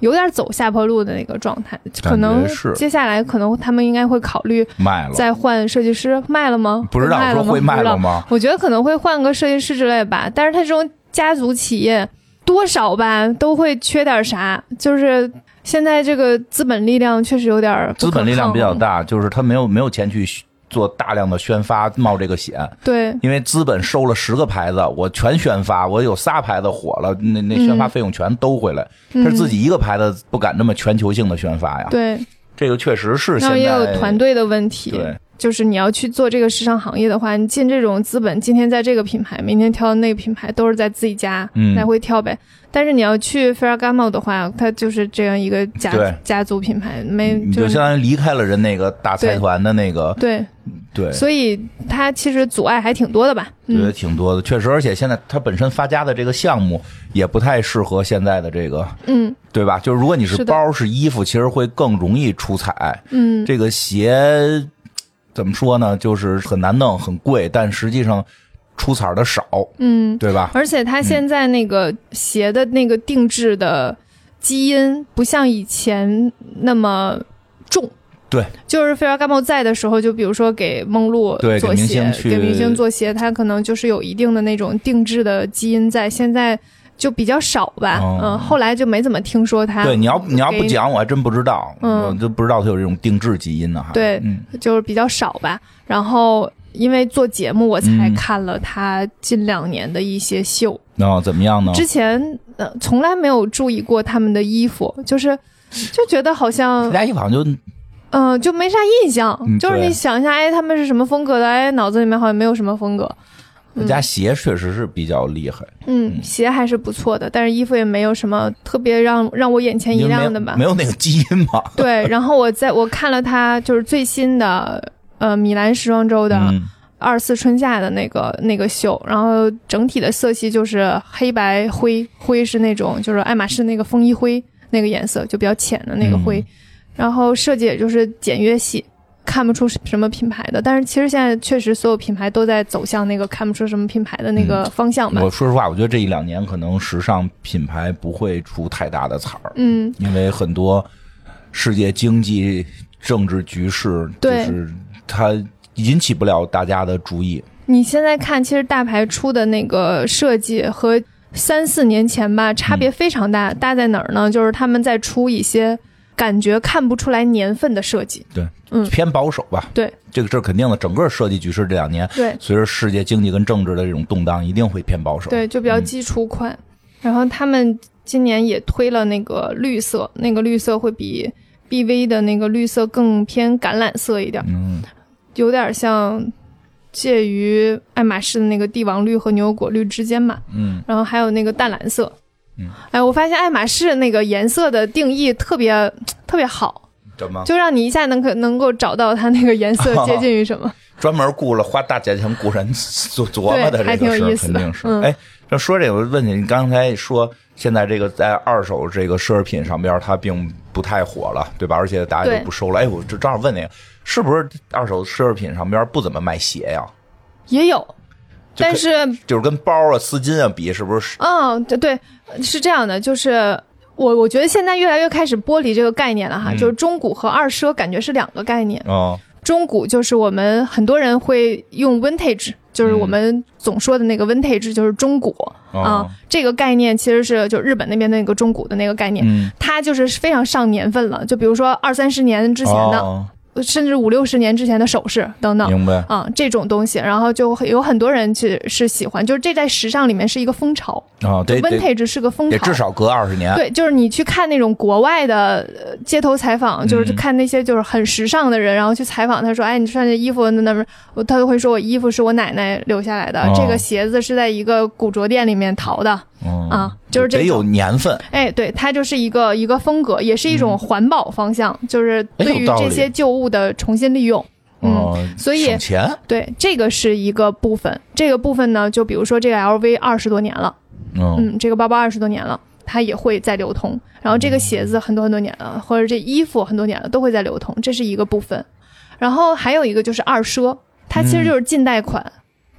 Speaker 1: 有点走下坡路的那个状态，可能
Speaker 2: 是
Speaker 1: 接下来可能他们应该会考虑
Speaker 2: 卖了，
Speaker 1: 再换设计师，卖了吗？
Speaker 2: 不知道
Speaker 1: 卖了
Speaker 2: 说
Speaker 1: 吗
Speaker 2: 会
Speaker 1: 不
Speaker 2: 卖
Speaker 1: 知道
Speaker 2: 了吗？
Speaker 1: 我觉得可能会换个设计师之类吧，但是他这种家族企业多少吧都会缺点啥，就是现在这个资本力量确实有点儿不
Speaker 2: 资
Speaker 1: 可
Speaker 2: 本力量比较
Speaker 1: 抗衡，
Speaker 2: 大，就是他没有没有钱去做大量的宣发，冒这个险。
Speaker 1: 对
Speaker 2: 因为资本收了十个牌子，我全宣发，我有仨牌子火了，那那宣
Speaker 1: 嗯
Speaker 2: 发费用全兜回来。他是自己一个牌子不敢这么全球性的宣发呀。
Speaker 1: 对，
Speaker 2: 这个确实是现
Speaker 1: 然后
Speaker 2: 在
Speaker 1: 也有团队的问题，
Speaker 2: 对
Speaker 1: 就是你要去做这个时尚行业的话，你进这种资本，今天在这个品牌，明天挑那个品牌，都是在自己家
Speaker 2: 嗯
Speaker 1: 来回挑呗。但是你要去 Ferragamo 的话，它就是这样一个家
Speaker 2: 对嗯
Speaker 1: 家族品牌，没
Speaker 2: 你
Speaker 1: 就
Speaker 2: 就是相当于离开了人那个大财团的那个
Speaker 1: 对，
Speaker 2: 对。
Speaker 1: 所以它其实阻碍还挺多的吧。
Speaker 2: 觉
Speaker 1: 嗯
Speaker 2: 得，挺多的，确实，而且现在它本身发家的这个项目也不太适合现在的这个，
Speaker 1: 嗯
Speaker 2: 对吧？就是如果你是
Speaker 1: 是的
Speaker 2: 包是衣服，其实会更容易出彩。
Speaker 1: 嗯，
Speaker 2: 这个鞋怎么说呢？就是很难弄，很贵，但实际上出彩儿的少，
Speaker 1: 嗯，
Speaker 2: 对吧？
Speaker 1: 而且它现在那个鞋的那个定制的基因不像以前那么重。
Speaker 2: 对，
Speaker 1: 就是菲尔盖莫在的时候，就比如说给梦露
Speaker 2: 对
Speaker 1: 做
Speaker 2: 给明
Speaker 1: 鞋，
Speaker 2: 星去
Speaker 1: 给明星做鞋，它可能就是有一定的那种定制的基因在，现在就比较少吧。
Speaker 2: 哦
Speaker 1: 嗯，后来就没怎么听说它。
Speaker 2: 对，你要你要不
Speaker 1: 给
Speaker 2: 讲，我还真不知道，
Speaker 1: 嗯
Speaker 2: 我都不知道它有这种定制基因呢。还
Speaker 1: 对
Speaker 2: 嗯，
Speaker 1: 就是比较少吧。然后因为做节目，我才
Speaker 2: 嗯
Speaker 1: 看了他近两年的一些秀，
Speaker 2: 那、怎么样呢？
Speaker 1: 之前呃从来没有注意过他们的衣服， 就是就觉得好像
Speaker 2: 大家一好像就
Speaker 1: 嗯、呃就没啥印象，
Speaker 2: 嗯
Speaker 1: 就是
Speaker 2: 对
Speaker 1: 你想一下，哎，他们是什么风格的？哎，脑子里面好像没有什么风格。
Speaker 2: 人家鞋确实是比较厉害，
Speaker 1: 嗯，鞋还是不错的，但是衣服也没有什么特别让让我眼前一
Speaker 2: 因为没有
Speaker 1: 亮的吧
Speaker 2: 没。 有那个基因嘛。
Speaker 1: 对，然后我在我看了他就是最新的呃米兰时装周的
Speaker 2: 嗯，
Speaker 1: 二四春夏的那个那个秀，然后整体的色系就是黑白灰，灰是那种就是爱马仕那个风衣灰那个颜色，就比较浅的那个灰，
Speaker 2: 嗯
Speaker 1: 然后设计也就是简约系，看不出是什么品牌的。但是其实现在确实所有品牌都在走向那个看不出什么品牌的那个方向吧。
Speaker 2: 嗯我说实话，我觉得这一两年可能时尚品牌不会出太大的彩儿，
Speaker 1: 嗯，
Speaker 2: 因为很多世界经济政治局势，就
Speaker 1: 对
Speaker 2: 是它引起不了大家的注意。
Speaker 1: 你现在看，其实大牌出的那个设计和
Speaker 2: 嗯
Speaker 1: 三四年前吧，差别非常大。大在哪儿呢？就是他们在出一些感觉看不出来年份的设计。
Speaker 2: 对，
Speaker 1: 嗯
Speaker 2: 偏保守吧，
Speaker 1: 对
Speaker 2: 这个是肯定的。整个设计局势这两年，
Speaker 1: 对
Speaker 2: 随着世界经济跟政治的这种动荡，一定会偏保守。
Speaker 1: 对，就比较基础款。然后他们今年也推了那个绿色，那个绿色会比 BV 的那个绿色更偏橄榄色一点儿，
Speaker 2: 嗯，
Speaker 1: 有点像介于爱马仕的那个帝王绿和牛油果绿之间吧。
Speaker 2: 嗯，
Speaker 1: 然后还有那个淡蓝色。
Speaker 2: 嗯，
Speaker 1: 哎，我发现爱马仕那个颜色的定义特别特别好，
Speaker 2: 怎么
Speaker 1: 就让你一下能可能够找到它那个颜 色接近于什么。
Speaker 2: 专门雇了花大价钱雇人琢琢磨的
Speaker 1: 对还
Speaker 2: 这
Speaker 1: 挺
Speaker 2: 个
Speaker 1: 有
Speaker 2: 事儿，
Speaker 1: 意思
Speaker 2: 肯
Speaker 1: 的
Speaker 2: 定是
Speaker 1: 嗯。
Speaker 2: 哎，这说这个问题，你刚才说现在这个在二手这个奢侈品上边，它并不太火了，对吧？而且大家
Speaker 1: 对
Speaker 2: 都不收了。哎，我这正好问那个，是不是二手奢侈品上边不怎么卖鞋呀？
Speaker 1: 也有，
Speaker 2: 就
Speaker 1: 但
Speaker 2: 可
Speaker 1: 是
Speaker 2: 就是跟包啊、丝巾啊比，是不是？
Speaker 1: 嗯，对对，是这样的，就是我我觉得现在越来越开始剥离这个概念了哈，
Speaker 2: 嗯
Speaker 1: 就是中古和二奢感觉是两个概念。
Speaker 2: 哦，
Speaker 1: 中古就是我们很多人会用 vintage，就是我们总说的那个 vintage，就是中古、
Speaker 2: 嗯哦
Speaker 1: 啊，这个概念其实是就日本那边那个中古的那个概念。
Speaker 2: 嗯，
Speaker 1: 它就是非常上年份了，就比如说二三十年之前的，
Speaker 2: 哦
Speaker 1: 甚至五六十年之前的首饰等等，
Speaker 2: 明白。
Speaker 1: 啊、这种东西，然后就有很多人去是喜欢，就是这在时尚里面是一个风潮
Speaker 2: 啊，得得
Speaker 1: ，vintage 是个风
Speaker 2: 得
Speaker 1: 潮，
Speaker 2: 至少隔二十年。
Speaker 1: 对，就是你去看那种国外的呃街头采访，就是
Speaker 2: 嗯
Speaker 1: 看那些就是很时尚的人，然后去采访，他说：“哎，你穿这衣服那那，我他就会说我衣服是我奶奶留下来的，
Speaker 2: 哦
Speaker 1: 这个鞋子是在一个古着店里面淘的
Speaker 2: 嗯
Speaker 1: 啊、就是这
Speaker 2: 得有
Speaker 1: 种。
Speaker 2: 年份。
Speaker 1: 哎，对，它就是一个一个风格，也是一种环保方向，就是
Speaker 2: 哎
Speaker 1: 对
Speaker 2: 嗯有
Speaker 1: 于
Speaker 2: 道
Speaker 1: 这
Speaker 2: 理
Speaker 1: 些旧物的重新利用。嗯，
Speaker 2: 哦
Speaker 1: 所以
Speaker 2: 省钱。
Speaker 1: 对，这个是一个部分。这个部分呢，就比如说这个 LV 二十多年了。
Speaker 2: 嗯，
Speaker 1: 嗯，这个包包二十多年了，它也会在流通。然后这个鞋子很多很多年了，或者这衣服很多年了，都会在流通，这是一个部分。然后还有一个就是二奢，它其
Speaker 2: 嗯
Speaker 1: 实就是近代款，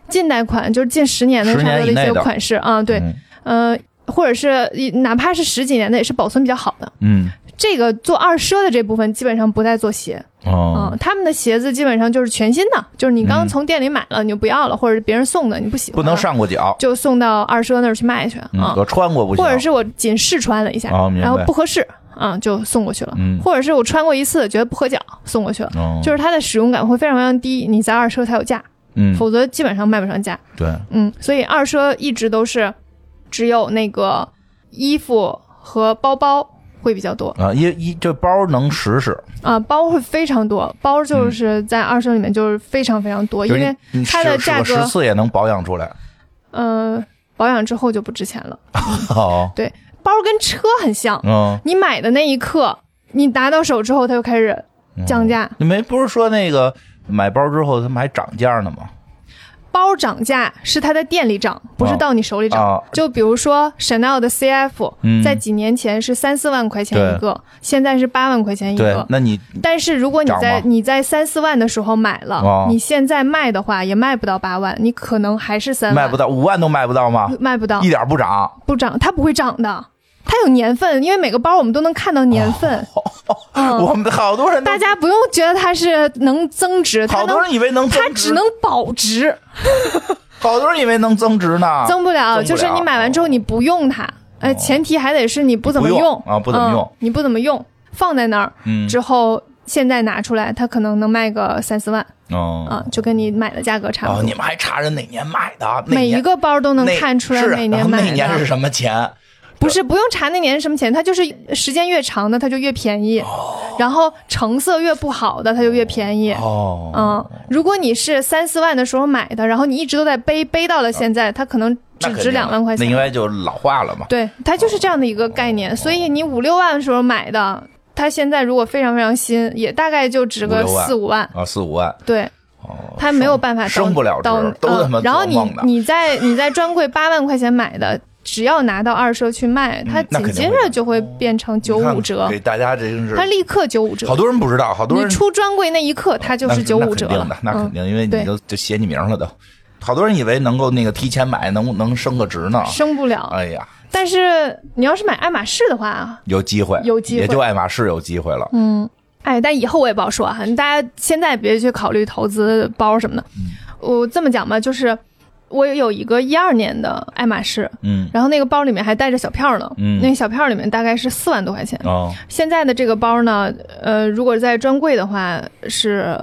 Speaker 1: 近代款就是近十年的
Speaker 2: 10
Speaker 1: 差不多
Speaker 2: 年以
Speaker 1: 一
Speaker 2: 内
Speaker 1: 些
Speaker 2: 的嗯
Speaker 1: 款式啊，对，呃，或者是一哪怕是十几年的，也是保存比较好的。
Speaker 2: 嗯，
Speaker 1: 这个做二奢的这部分基本上不再做鞋，
Speaker 2: 嗯，哦
Speaker 1: 嗯，，他们的鞋子基本上就是全新的，就是你刚
Speaker 2: 嗯
Speaker 1: 刚从店里买了，你就不要了，或者是别人送的，你不喜欢，
Speaker 2: 不能，上过脚。
Speaker 1: 就送到二奢那儿去卖去啊。
Speaker 2: 嗯，我穿过不行，
Speaker 1: 或者是我仅试穿了一下，
Speaker 2: 哦明白
Speaker 1: 然后不合适，啊，就送过去了。
Speaker 2: 嗯
Speaker 1: 或者是我穿过一次觉得不合脚，送过去了。
Speaker 2: 哦
Speaker 1: 就是它的使用感会非常非常低，你在二奢才有价，
Speaker 2: 嗯，
Speaker 1: 否则基本上卖不上价。
Speaker 2: 对，啊
Speaker 1: 嗯，所以二奢一直都是只有那个衣服和包包会比较多
Speaker 2: 啊，一一这包能实施，
Speaker 1: 啊，包会非常多，包就是
Speaker 2: 嗯
Speaker 1: 在二奢里面就是非常非常多，
Speaker 2: 就
Speaker 1: 因
Speaker 2: 是
Speaker 1: 为
Speaker 2: 你
Speaker 1: 它的价格
Speaker 2: 十次也能保养出来。
Speaker 1: 呃保养之后就不值钱了。
Speaker 2: 哦，
Speaker 1: 包跟车很像，
Speaker 2: 嗯，
Speaker 1: 你买的那一刻，你拿到手之后，它就开始
Speaker 2: 嗯
Speaker 1: 降价，
Speaker 2: 你没不是说那个买包之后他们还涨价呢吗？
Speaker 1: 包涨价是它在店里
Speaker 2: 哦
Speaker 1: 涨，不是到你手里涨。
Speaker 2: 啊，
Speaker 1: 就比如说 Chanel 的 CF，、
Speaker 2: 嗯
Speaker 1: 在几年前是三四万块钱一个，现在是八万块钱一
Speaker 2: 对
Speaker 1: 个，。
Speaker 2: 那你
Speaker 1: 但是如果你
Speaker 2: 涨吗
Speaker 1: 在你在三四万的时候买了，
Speaker 2: 哦
Speaker 1: 你现在卖的话也卖不到八万，你可能还是三万，嗯
Speaker 2: 卖不到五万都卖不到吗？
Speaker 1: 卖不到
Speaker 2: 一，点不涨，
Speaker 1: 不涨，它不会涨的。它有年份，因为每个包我们都能看到年份，
Speaker 2: 哦
Speaker 1: 嗯
Speaker 2: 我们好多人都
Speaker 1: 大家不用觉得它是能增值，它
Speaker 2: 好
Speaker 1: 能
Speaker 2: 多人以为能增
Speaker 1: 它
Speaker 2: 值，
Speaker 1: 只能保值，
Speaker 2: 好多人以为能增值呢，
Speaker 1: 增不了。
Speaker 2: 啊增不了哦
Speaker 1: 就是你买完之后你不用它，呃，前提还得是你不怎么
Speaker 2: 不用
Speaker 1: 用
Speaker 2: 啊不怎么用
Speaker 1: 嗯你不怎么用，放在那儿
Speaker 2: 嗯，
Speaker 1: 之后，现在拿出来，它可能能卖个三四万
Speaker 2: 哦
Speaker 1: 啊，就跟你买的价格差
Speaker 2: 哦，
Speaker 1: 不
Speaker 2: 你
Speaker 1: 多。
Speaker 2: 们还查人哪年买的？哪
Speaker 1: 嗯每一
Speaker 2: 年
Speaker 1: 个包都能
Speaker 2: 那
Speaker 1: 看出来
Speaker 2: 是
Speaker 1: 每年
Speaker 2: 然后
Speaker 1: 买
Speaker 2: 那年是
Speaker 1: 的，
Speaker 2: 什么钱？
Speaker 1: 不是不用查那年是什么钱，它就是时间越长的它就越便宜，然后成色越不好的它就越便宜。
Speaker 2: 哦，
Speaker 1: 嗯，如果你是三四万的时候买的，然后你一直都在背，背到了现在，它可能
Speaker 2: 那
Speaker 1: 只值
Speaker 2: 肯定
Speaker 1: 两万块
Speaker 2: 那应
Speaker 1: 钱。
Speaker 2: 该就老化了嘛。
Speaker 1: 对，它就是这样的一个概念。所以你五六万的时候买的，它现在如果非常非常新，也大概就值
Speaker 2: 五
Speaker 1: 个
Speaker 2: 六万
Speaker 1: 四五万。
Speaker 2: 啊，四五万，
Speaker 1: 对，
Speaker 2: 哦，
Speaker 1: 它没有办法到
Speaker 2: 升不了值
Speaker 1: 到
Speaker 2: 都他妈
Speaker 1: 嗯。然后
Speaker 2: 做梦
Speaker 1: 你
Speaker 2: 呢
Speaker 1: 你在你在专柜八万块钱买的，只要拿到二手去卖，它
Speaker 2: 那肯
Speaker 1: 紧
Speaker 2: 定
Speaker 1: 接
Speaker 2: 会
Speaker 1: 着就会变成九
Speaker 2: 你看
Speaker 1: 五折，
Speaker 2: 给大家这真是
Speaker 1: 它立刻九五折
Speaker 2: 好。多人不知道，好多
Speaker 1: 你
Speaker 2: 人
Speaker 1: 出专柜那一刻，它就
Speaker 2: 那
Speaker 1: 是九五折
Speaker 2: 那肯定
Speaker 1: 了
Speaker 2: 的，。那肯
Speaker 1: 嗯，
Speaker 2: 定，因为你
Speaker 1: 对
Speaker 2: 都就写你名了都。好多人以为能够那个提前买能能升个值呢，
Speaker 1: 嗯升不了。
Speaker 2: 哎呀，
Speaker 1: 但是你要是买爱马仕的话，啊
Speaker 2: 有机会，
Speaker 1: 有机会
Speaker 2: 也就爱马仕有机会了。
Speaker 1: 嗯，哎，但以后我也不好说哈，
Speaker 2: 嗯
Speaker 1: 大家现在别去考虑投资包什么的。我这么讲吧，就是。我有一个一二年的爱马仕，
Speaker 2: 嗯
Speaker 1: 然后那个包里面还带着小票呢，
Speaker 2: 嗯
Speaker 1: 那个小票里面大概是四万多块钱。
Speaker 2: 哦，
Speaker 1: 现在的这个包呢，呃，如果在专柜的话是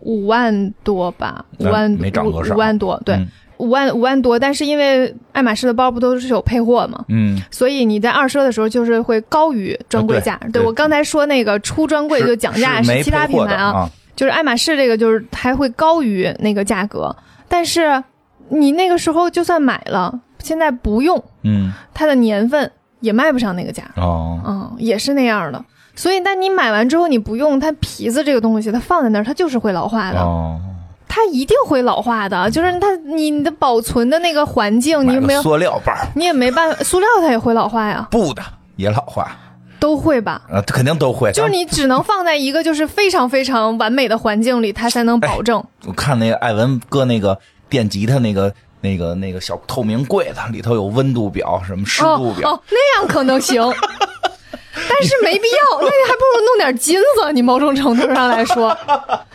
Speaker 1: 五万多吧，五
Speaker 2: 那
Speaker 1: 万
Speaker 2: 没涨多少
Speaker 1: 五万多，对，
Speaker 2: 嗯
Speaker 1: 五万五万多。但是因为爱马仕的包不都是有配货嘛，
Speaker 2: 嗯，
Speaker 1: 所以你在二奢的时候就是会高于专柜价。
Speaker 2: 啊对
Speaker 1: 对
Speaker 2: 对
Speaker 1: 我刚才说那个出专柜就讲价
Speaker 2: 是
Speaker 1: 是
Speaker 2: 没
Speaker 1: 其他
Speaker 2: 配
Speaker 1: 品
Speaker 2: 货
Speaker 1: 牌
Speaker 2: 的
Speaker 1: 啊，
Speaker 2: 啊，
Speaker 1: 就是爱马仕这个就是还会高于那个价格，但是你那个时候就算买了，现在不用，
Speaker 2: 嗯
Speaker 1: 它的年份也卖不上那个价，
Speaker 2: 哦，
Speaker 1: 嗯，也是那样的。所以，但你买完之后你不用，它皮子这个东西，它放在那儿，它就是会老化的，
Speaker 2: 哦，嗯
Speaker 1: 它一定会老化的。就是它你你的保存的那个环境，你
Speaker 2: 买
Speaker 1: 有
Speaker 2: 个
Speaker 1: 没有，
Speaker 2: 塑料包，
Speaker 1: 你也没办法，塑料它也会老化呀，
Speaker 2: 布的也老化，
Speaker 1: 都会吧。
Speaker 2: 啊，肯定都会。
Speaker 1: 就是你只能放在一个就是非常非常完美的环境里，它才能保证。
Speaker 2: 我看那个艾文搁那个电吉他那个那个那个小透明柜子里头有温度表，什么湿度
Speaker 1: 哦
Speaker 2: 表，
Speaker 1: 哦，那样可能 行，但是没必要，那你还不如弄点金子。你某种程度上来 说，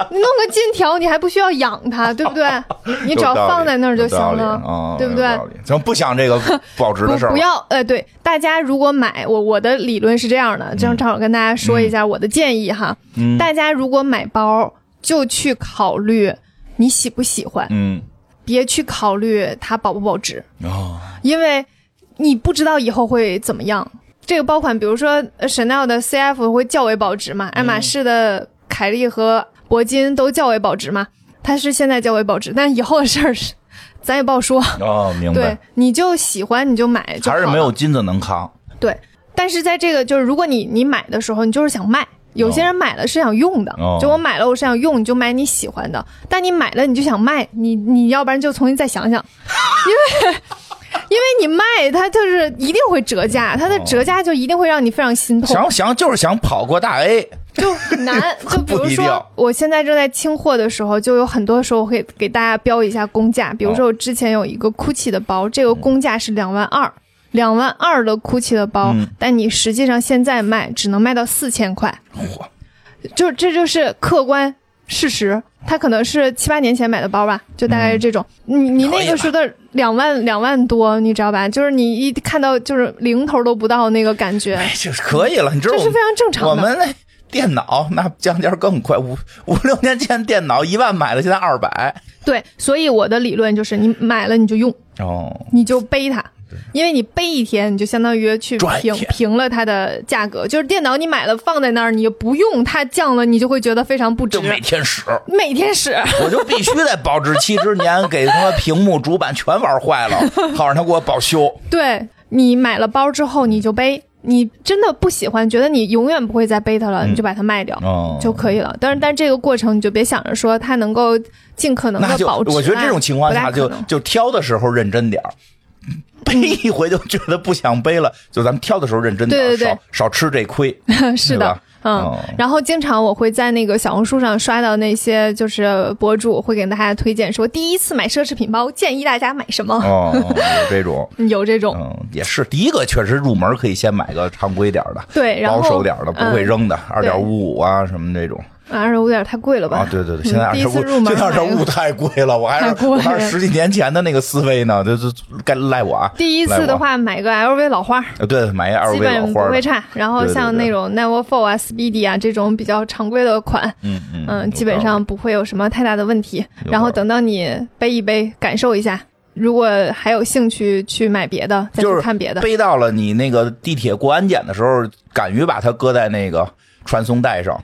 Speaker 1: 你弄个金条，你还不需要养它，对不 对？你只要放在那儿就行
Speaker 2: 有道
Speaker 1: 了
Speaker 2: 理，哦、
Speaker 1: 对不对
Speaker 2: 有？道理？咱不想这个保值的事
Speaker 1: 不
Speaker 2: 儿，
Speaker 1: 不，要，呃，对，大家如果买我我的理论是这样的，正正好跟大家说一下我的建议哈。
Speaker 2: 嗯
Speaker 1: 大家如果买包，就去考虑你喜不喜欢，
Speaker 2: 嗯，
Speaker 1: 别去考虑它保不保值。
Speaker 2: 哦，
Speaker 1: 因为你不知道以后会怎么样。这个包款，比如说呃 Chanel 的 CF 会较为保值
Speaker 2: 嗯
Speaker 1: 嘛，爱马仕的凯利和铂金都较为保值嘛，它是现在较为保值，但以后的事儿是咱也不好说。
Speaker 2: 哦，明
Speaker 1: 对
Speaker 2: 白，，
Speaker 1: 你就喜欢你就买就好
Speaker 2: 还
Speaker 1: 了
Speaker 2: 是没有金子能扛，
Speaker 1: 对。但是在这个就是，如果你你买的时候，你就是想卖。有些人买了是想用的，
Speaker 2: 哦
Speaker 1: 就我买了我是想用，你就买你喜欢的。但你买了你就想卖，你你要不然就重新再想想，因为因为你卖它就是一定会折价，它的折价就一定会让你非常心痛，
Speaker 2: 想想就是想跑过大 A，
Speaker 1: 就很 难。就比
Speaker 2: 不
Speaker 1: 如
Speaker 2: 一定
Speaker 1: 说我现在正在清货的时候，就有很多时候会给大家标一下公价，
Speaker 2: 哦
Speaker 1: 比如说我之前有一个 GUCCI 的包，这个
Speaker 2: 嗯
Speaker 1: 公价是两万二。两万二的 GUCCI 的包，
Speaker 2: 嗯
Speaker 1: 但你实际上现在卖只能卖到四千块，
Speaker 2: 嚯，
Speaker 1: 就这就是客观事实。他可能是七八年前买的包吧，就大概
Speaker 2: 嗯
Speaker 1: 是这种。你你那个时候的两万两万多，你知道吧？就是你一看到就是零头都不到那个感觉，
Speaker 2: 哎，这是可以了，你知道
Speaker 1: 这
Speaker 2: 我
Speaker 1: 是
Speaker 2: 们
Speaker 1: 非常正常的。
Speaker 2: 我们那电脑那降价更快，五五六年前电脑一万买的，现在二百，
Speaker 1: 对，所以我的理论就是，你买了你就用，
Speaker 2: 哦，
Speaker 1: 你就背它。因为你背一天，你就相当于去
Speaker 2: 赚一
Speaker 1: 平
Speaker 2: 天
Speaker 1: 平了它的价格。就是电脑你买了放在那儿，你不用它降了，你就会觉得非常不值
Speaker 2: 就。每天使。
Speaker 1: 每天使，
Speaker 2: 我就必须在保质期之年给他妈屏幕、主板全玩坏了，好让他给我保修。
Speaker 1: 对你买了包之后你就背，你真的不喜欢，觉得你永远不会再背它了，你就把它卖掉。
Speaker 2: 嗯哦
Speaker 1: 就可以了，但是但这个过程你就别想着说它能够尽可能
Speaker 2: 那
Speaker 1: 的
Speaker 2: 就
Speaker 1: 保值啊。
Speaker 2: 我觉得这种情况下
Speaker 1: 不
Speaker 2: 就
Speaker 1: 大可能
Speaker 2: 就挑的时候认真点儿。背一回就觉得不想背了，就咱们挑的时候认真点儿，
Speaker 1: 对对对
Speaker 2: 少少吃这亏。
Speaker 1: 是
Speaker 2: 对
Speaker 1: 的
Speaker 2: 吧，
Speaker 1: 嗯
Speaker 2: 哦。
Speaker 1: 然后经常我会在那个小红书上刷到那些就是博主会给大家推荐说，第一次买奢侈品包建议大家买什么，
Speaker 2: 哦， 有这种，
Speaker 1: 有这种。
Speaker 2: 嗯，也是第一个确实入门可以先买个常规点儿的，
Speaker 1: 对，然后
Speaker 2: 保守点儿的，不会
Speaker 1: 嗯
Speaker 2: 扔的，二
Speaker 1: 对
Speaker 2: 点五五啊什么这种。
Speaker 1: 二十五点太贵了吧？
Speaker 2: 啊，对对对，
Speaker 1: 嗯
Speaker 2: 现在二
Speaker 1: 第一
Speaker 2: 十
Speaker 1: 次入
Speaker 2: 五，
Speaker 1: 门
Speaker 2: 现在二
Speaker 1: 买个
Speaker 2: 十五太贵了，我还
Speaker 1: 太
Speaker 2: 是
Speaker 1: 贵
Speaker 2: 我还
Speaker 1: 了
Speaker 2: 是十几年前的那个思维呢，这这该赖我啊。
Speaker 1: 第一次的话买个 LV 老花，
Speaker 2: 呃，对，买一
Speaker 1: 基
Speaker 2: LV 老
Speaker 1: 本不
Speaker 2: 花儿
Speaker 1: 会
Speaker 2: 的，
Speaker 1: 差。然后
Speaker 2: 对对
Speaker 1: 像
Speaker 2: 对
Speaker 1: 那种 Never f o r 啊、Speedy 啊这种比较常规的款，
Speaker 2: 嗯嗯
Speaker 1: 嗯，基本上不会有什么太大的问题。
Speaker 2: 有
Speaker 1: 然后
Speaker 2: 道理
Speaker 1: 等到你背一背，感受一下，如果还有兴趣去买别的，再
Speaker 2: 就
Speaker 1: 去
Speaker 2: 是
Speaker 1: 看别的。
Speaker 2: 背到了你那个地铁过安检的时候，敢于把它搁在那个传送 带上，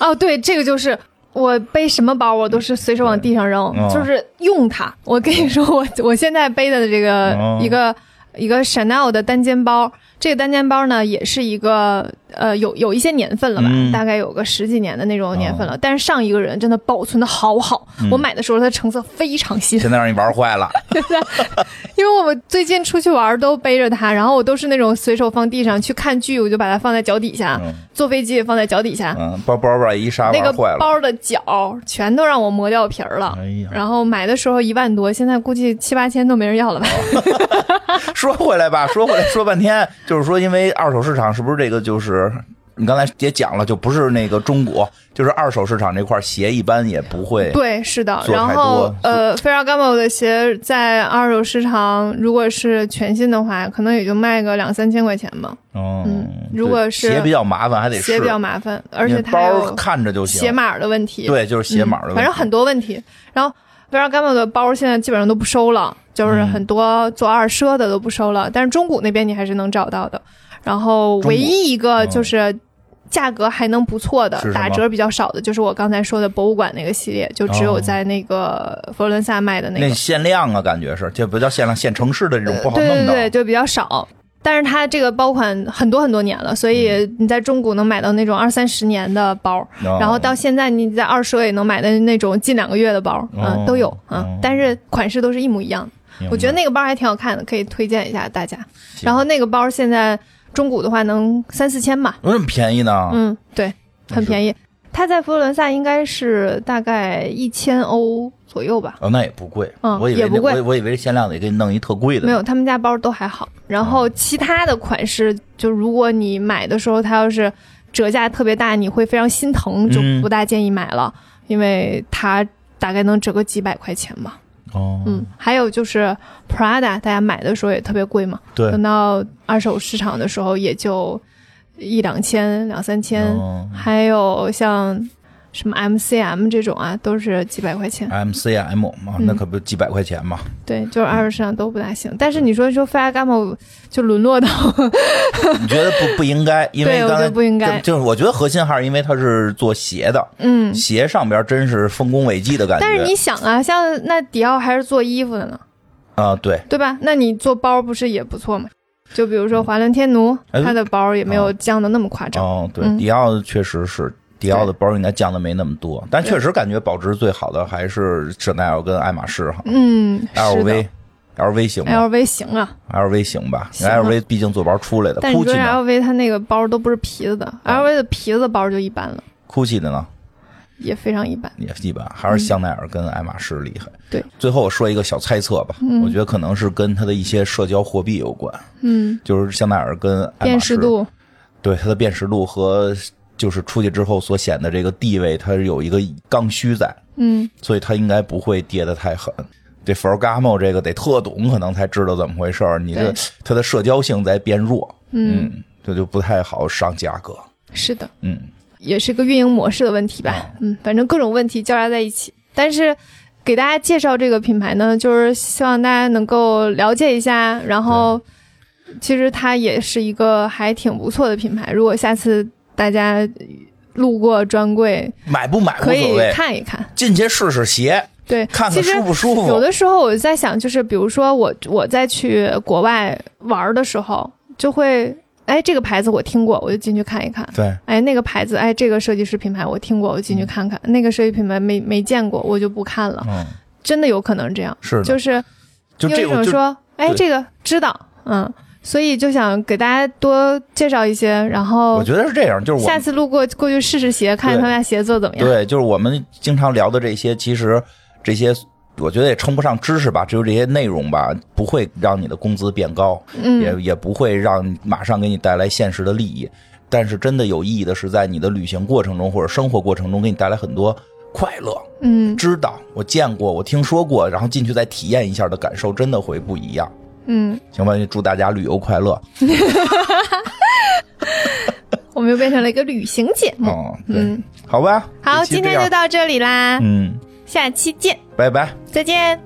Speaker 1: 哦，对，这个就是。我背什么包，我都是随手往地上扔
Speaker 2: 嗯，
Speaker 1: 就是用它。我跟你说，我我现在背的这个
Speaker 2: 嗯
Speaker 1: 一个一个 Chanel 的单肩包，这个单肩包呢，也是一个呃有有一些年份了吧
Speaker 2: 嗯，哦
Speaker 1: 大概有个十几年的那种年份了。但是上一个人真的保存的好好，
Speaker 2: 嗯
Speaker 1: 我买的时候它成色非常新，
Speaker 2: 现在让你玩坏了，
Speaker 1: 因为我们最近出去玩都背着它，然后我都是那种随手放地上，去看剧我就把它放在脚底下，
Speaker 2: 嗯
Speaker 1: 坐飞机也放在脚底下，
Speaker 2: 嗯，包包把一刹
Speaker 1: 那
Speaker 2: 玩
Speaker 1: 个
Speaker 2: 坏了，
Speaker 1: 包的角全都让我磨掉皮儿了。
Speaker 2: 哎呀
Speaker 1: 然后买的时候一万多，现在估计七八千都没人要了吧？
Speaker 2: 说回来吧，说回来说半天，就是说因为二手市场是不是这个就是你刚才也讲了，就不是那个中国，就是二手市场这块鞋一般也不会
Speaker 1: 对，是的。
Speaker 2: 做
Speaker 1: 然
Speaker 2: 太
Speaker 1: 后
Speaker 2: 多
Speaker 1: 呃，Ferragamo 的鞋在二手市场，如果是全新的话，可能也就卖个两三千块钱吧。
Speaker 2: 嗯
Speaker 1: 如果是
Speaker 2: 鞋比较麻烦，还得
Speaker 1: 鞋
Speaker 2: 试
Speaker 1: 比较麻烦，而
Speaker 2: 你
Speaker 1: 且它
Speaker 2: 包
Speaker 1: 有
Speaker 2: 看着就行，
Speaker 1: 鞋码的问题，
Speaker 2: 对，就是鞋码的问题、
Speaker 1: 嗯反正很多问题。然后 Ferragamo 的包现在基本上都不收了，
Speaker 2: 嗯
Speaker 1: 就是很多做二奢的都不收了，但是中古那边你还是能找到的。然后
Speaker 2: 中古哦
Speaker 1: 唯一一个就是价格还能不错的
Speaker 2: 是、什么
Speaker 1: 打折比较少的，就是我刚才说的博物馆那个系列，就只
Speaker 2: 哦
Speaker 1: 有在那个佛罗伦萨卖的那个。
Speaker 2: 那限量啊，感觉是，这不叫限量，限城市的这种不好
Speaker 1: 对
Speaker 2: 弄
Speaker 1: 对
Speaker 2: 到。
Speaker 1: 对，就比较少。但是它这个包款很多很多年了，所以
Speaker 2: 嗯
Speaker 1: 你在中古能买到那种二三十年的包，
Speaker 2: 哦
Speaker 1: 然后到现在你在二手也能买的那种近两个月的包，嗯、
Speaker 2: 哦
Speaker 1: 都有，嗯、
Speaker 2: 哦
Speaker 1: 但是款式都是一模一样的。
Speaker 2: 明白
Speaker 1: 我觉得那个包还挺好看的，可以推荐一下大家。
Speaker 2: 行
Speaker 1: 然后那个包现在中古的话能三四千吧，
Speaker 2: 有这么便宜呢？
Speaker 1: 嗯，对，
Speaker 2: 啊那
Speaker 1: 很
Speaker 2: 是
Speaker 1: 便宜。它在佛罗伦萨应该是大概一千欧左右吧，
Speaker 2: 哦，那也不贵，
Speaker 1: 嗯
Speaker 2: 我以为
Speaker 1: 也不贵
Speaker 2: 那我我以为限量得给你弄一特贵的，哦
Speaker 1: 没有，他们家包都还好。然后其他的款式，就如果你买的时候它要是折价特别大，你会非常心疼，就
Speaker 2: 嗯
Speaker 1: 不大建议买了，因为它大概能折个几百块钱吧。
Speaker 2: 哦，
Speaker 1: 嗯，还有就是 Prada，大家买的时候也特别贵嘛，
Speaker 2: 对，
Speaker 1: 等到二手市场的时候也就一两千、两三千。
Speaker 2: 哦
Speaker 1: 还有像什么 MCM 这种啊，都是几百块钱。
Speaker 2: 嗯 MCM 嘛，
Speaker 1: 嗯
Speaker 2: 那可不几百块钱嘛，
Speaker 1: 对，就是二手市场都不大行。但是你说说 Ferragamo 就沦落到
Speaker 2: 你觉得不不 应该？因为
Speaker 1: 对我
Speaker 2: 刚才
Speaker 1: 觉得不应该
Speaker 2: 就就是我觉得核心还是因为它是做鞋的，
Speaker 1: 嗯，
Speaker 2: 鞋上边真是丰功伟绩的感觉。
Speaker 1: 但是你想啊，像那迪奥还是做衣服的呢，
Speaker 2: 啊，对，
Speaker 1: 对吧？那你做包不是也不错吗？就比如说华伦天奴，
Speaker 2: 哎
Speaker 1: 他的包也没有降的那么夸张。
Speaker 2: 哦，对，
Speaker 1: 嗯
Speaker 2: 迪奥确实是。迪奥的包应该降的没那么多，但确实感觉保值最好的还是香奈儿跟爱马仕哈。
Speaker 1: 嗯，是的
Speaker 2: LV。LV 行吗
Speaker 1: ，LV 行啊，
Speaker 2: ？LV 行吧
Speaker 1: 行啊
Speaker 2: ，LV 毕竟做包出来的。
Speaker 1: 但你说
Speaker 2: GUCCI
Speaker 1: 这
Speaker 2: 呢哦
Speaker 1: LV 它那个包都不是皮子的，LV 的皮子包就一般了，
Speaker 2: ？GUCCI 的呢？
Speaker 1: 也非常一般。
Speaker 2: 也基本还是香奈儿跟爱马仕厉害。
Speaker 1: 嗯对，
Speaker 2: 最后我说一个小猜测吧，我觉得可能是跟它的一些社交货币有关，
Speaker 1: 嗯，
Speaker 2: 就是香奈儿跟爱马
Speaker 1: 辨
Speaker 2: 仕
Speaker 1: 识，度，
Speaker 2: 对它的辨识度和就是出去之后所显的这个地位，它有一个刚需在，
Speaker 1: 嗯，
Speaker 2: 所以它应该不会跌得太狠。这 Ferragamo 这个得特懂，可能才知道怎么回事儿。你这
Speaker 1: 对
Speaker 2: 它的社交性在变弱，
Speaker 1: 嗯
Speaker 2: 嗯，这就不太好上价格。
Speaker 1: 是的，
Speaker 2: 嗯，
Speaker 1: 也是个运营模式的问题
Speaker 2: 啊
Speaker 1: 吧。嗯，反正各种问题交叉在一起。但是给大家介绍这个品牌呢，就是希望大家能够了解一下，然后其实它也是一个还挺不错的品牌。如果下次大家路过专柜，
Speaker 2: 买不买无
Speaker 1: 可以
Speaker 2: 所谓，
Speaker 1: 看一看。
Speaker 2: 进去试试鞋，
Speaker 1: 对，
Speaker 2: 看
Speaker 1: 其
Speaker 2: 看
Speaker 1: 实
Speaker 2: 舒不舒服。
Speaker 1: 有的时候我在想，就是比如说我我在去国外玩的时候，就会哎这个牌子我听过，我就进去看一看。
Speaker 2: 对，
Speaker 1: 哎，那个牌子，哎，这个设计师品牌我听过，我进去看看。那个设计品牌没没见过，我就不看了。
Speaker 2: 嗯，
Speaker 1: 真的有可能这样，
Speaker 2: 是的，
Speaker 1: 就是
Speaker 2: 就
Speaker 1: 有
Speaker 2: 这
Speaker 1: 一
Speaker 2: 种
Speaker 1: 种
Speaker 2: 就
Speaker 1: 说，哎，
Speaker 2: 对
Speaker 1: 这个知道，嗯，所以就想给大家多介绍一些，然
Speaker 2: 我
Speaker 1: 后
Speaker 2: 觉得是这样，就是我
Speaker 1: 下
Speaker 2: 们
Speaker 1: 次路过过去试试鞋，看看他们家鞋做怎么样。
Speaker 2: 对，就是我们经常聊的这些，其实这些我觉得也称不上知识吧，只有这些内容吧，不会让你的工资变高，也
Speaker 1: 嗯，
Speaker 2: 也不会让你马上给你带来现实的利益。但是真的有意义的是，在你的旅行过程中或者生活过程中，给你带来很多快乐。
Speaker 1: 嗯
Speaker 2: 知道我见过，我听说过，然后进去再体验一下的感受，真的会不一样。
Speaker 1: 嗯，
Speaker 2: 行吧，就祝大家旅游快乐。
Speaker 1: 我们又变成了一个旅行节目。
Speaker 2: 嗯，对
Speaker 1: 嗯，，
Speaker 2: 好吧，
Speaker 1: 好，
Speaker 2: 这期
Speaker 1: 今
Speaker 2: 这
Speaker 1: 天
Speaker 2: 样
Speaker 1: 就到这里啦，
Speaker 2: 嗯，
Speaker 1: 下期见，
Speaker 2: 拜拜。
Speaker 1: 再见。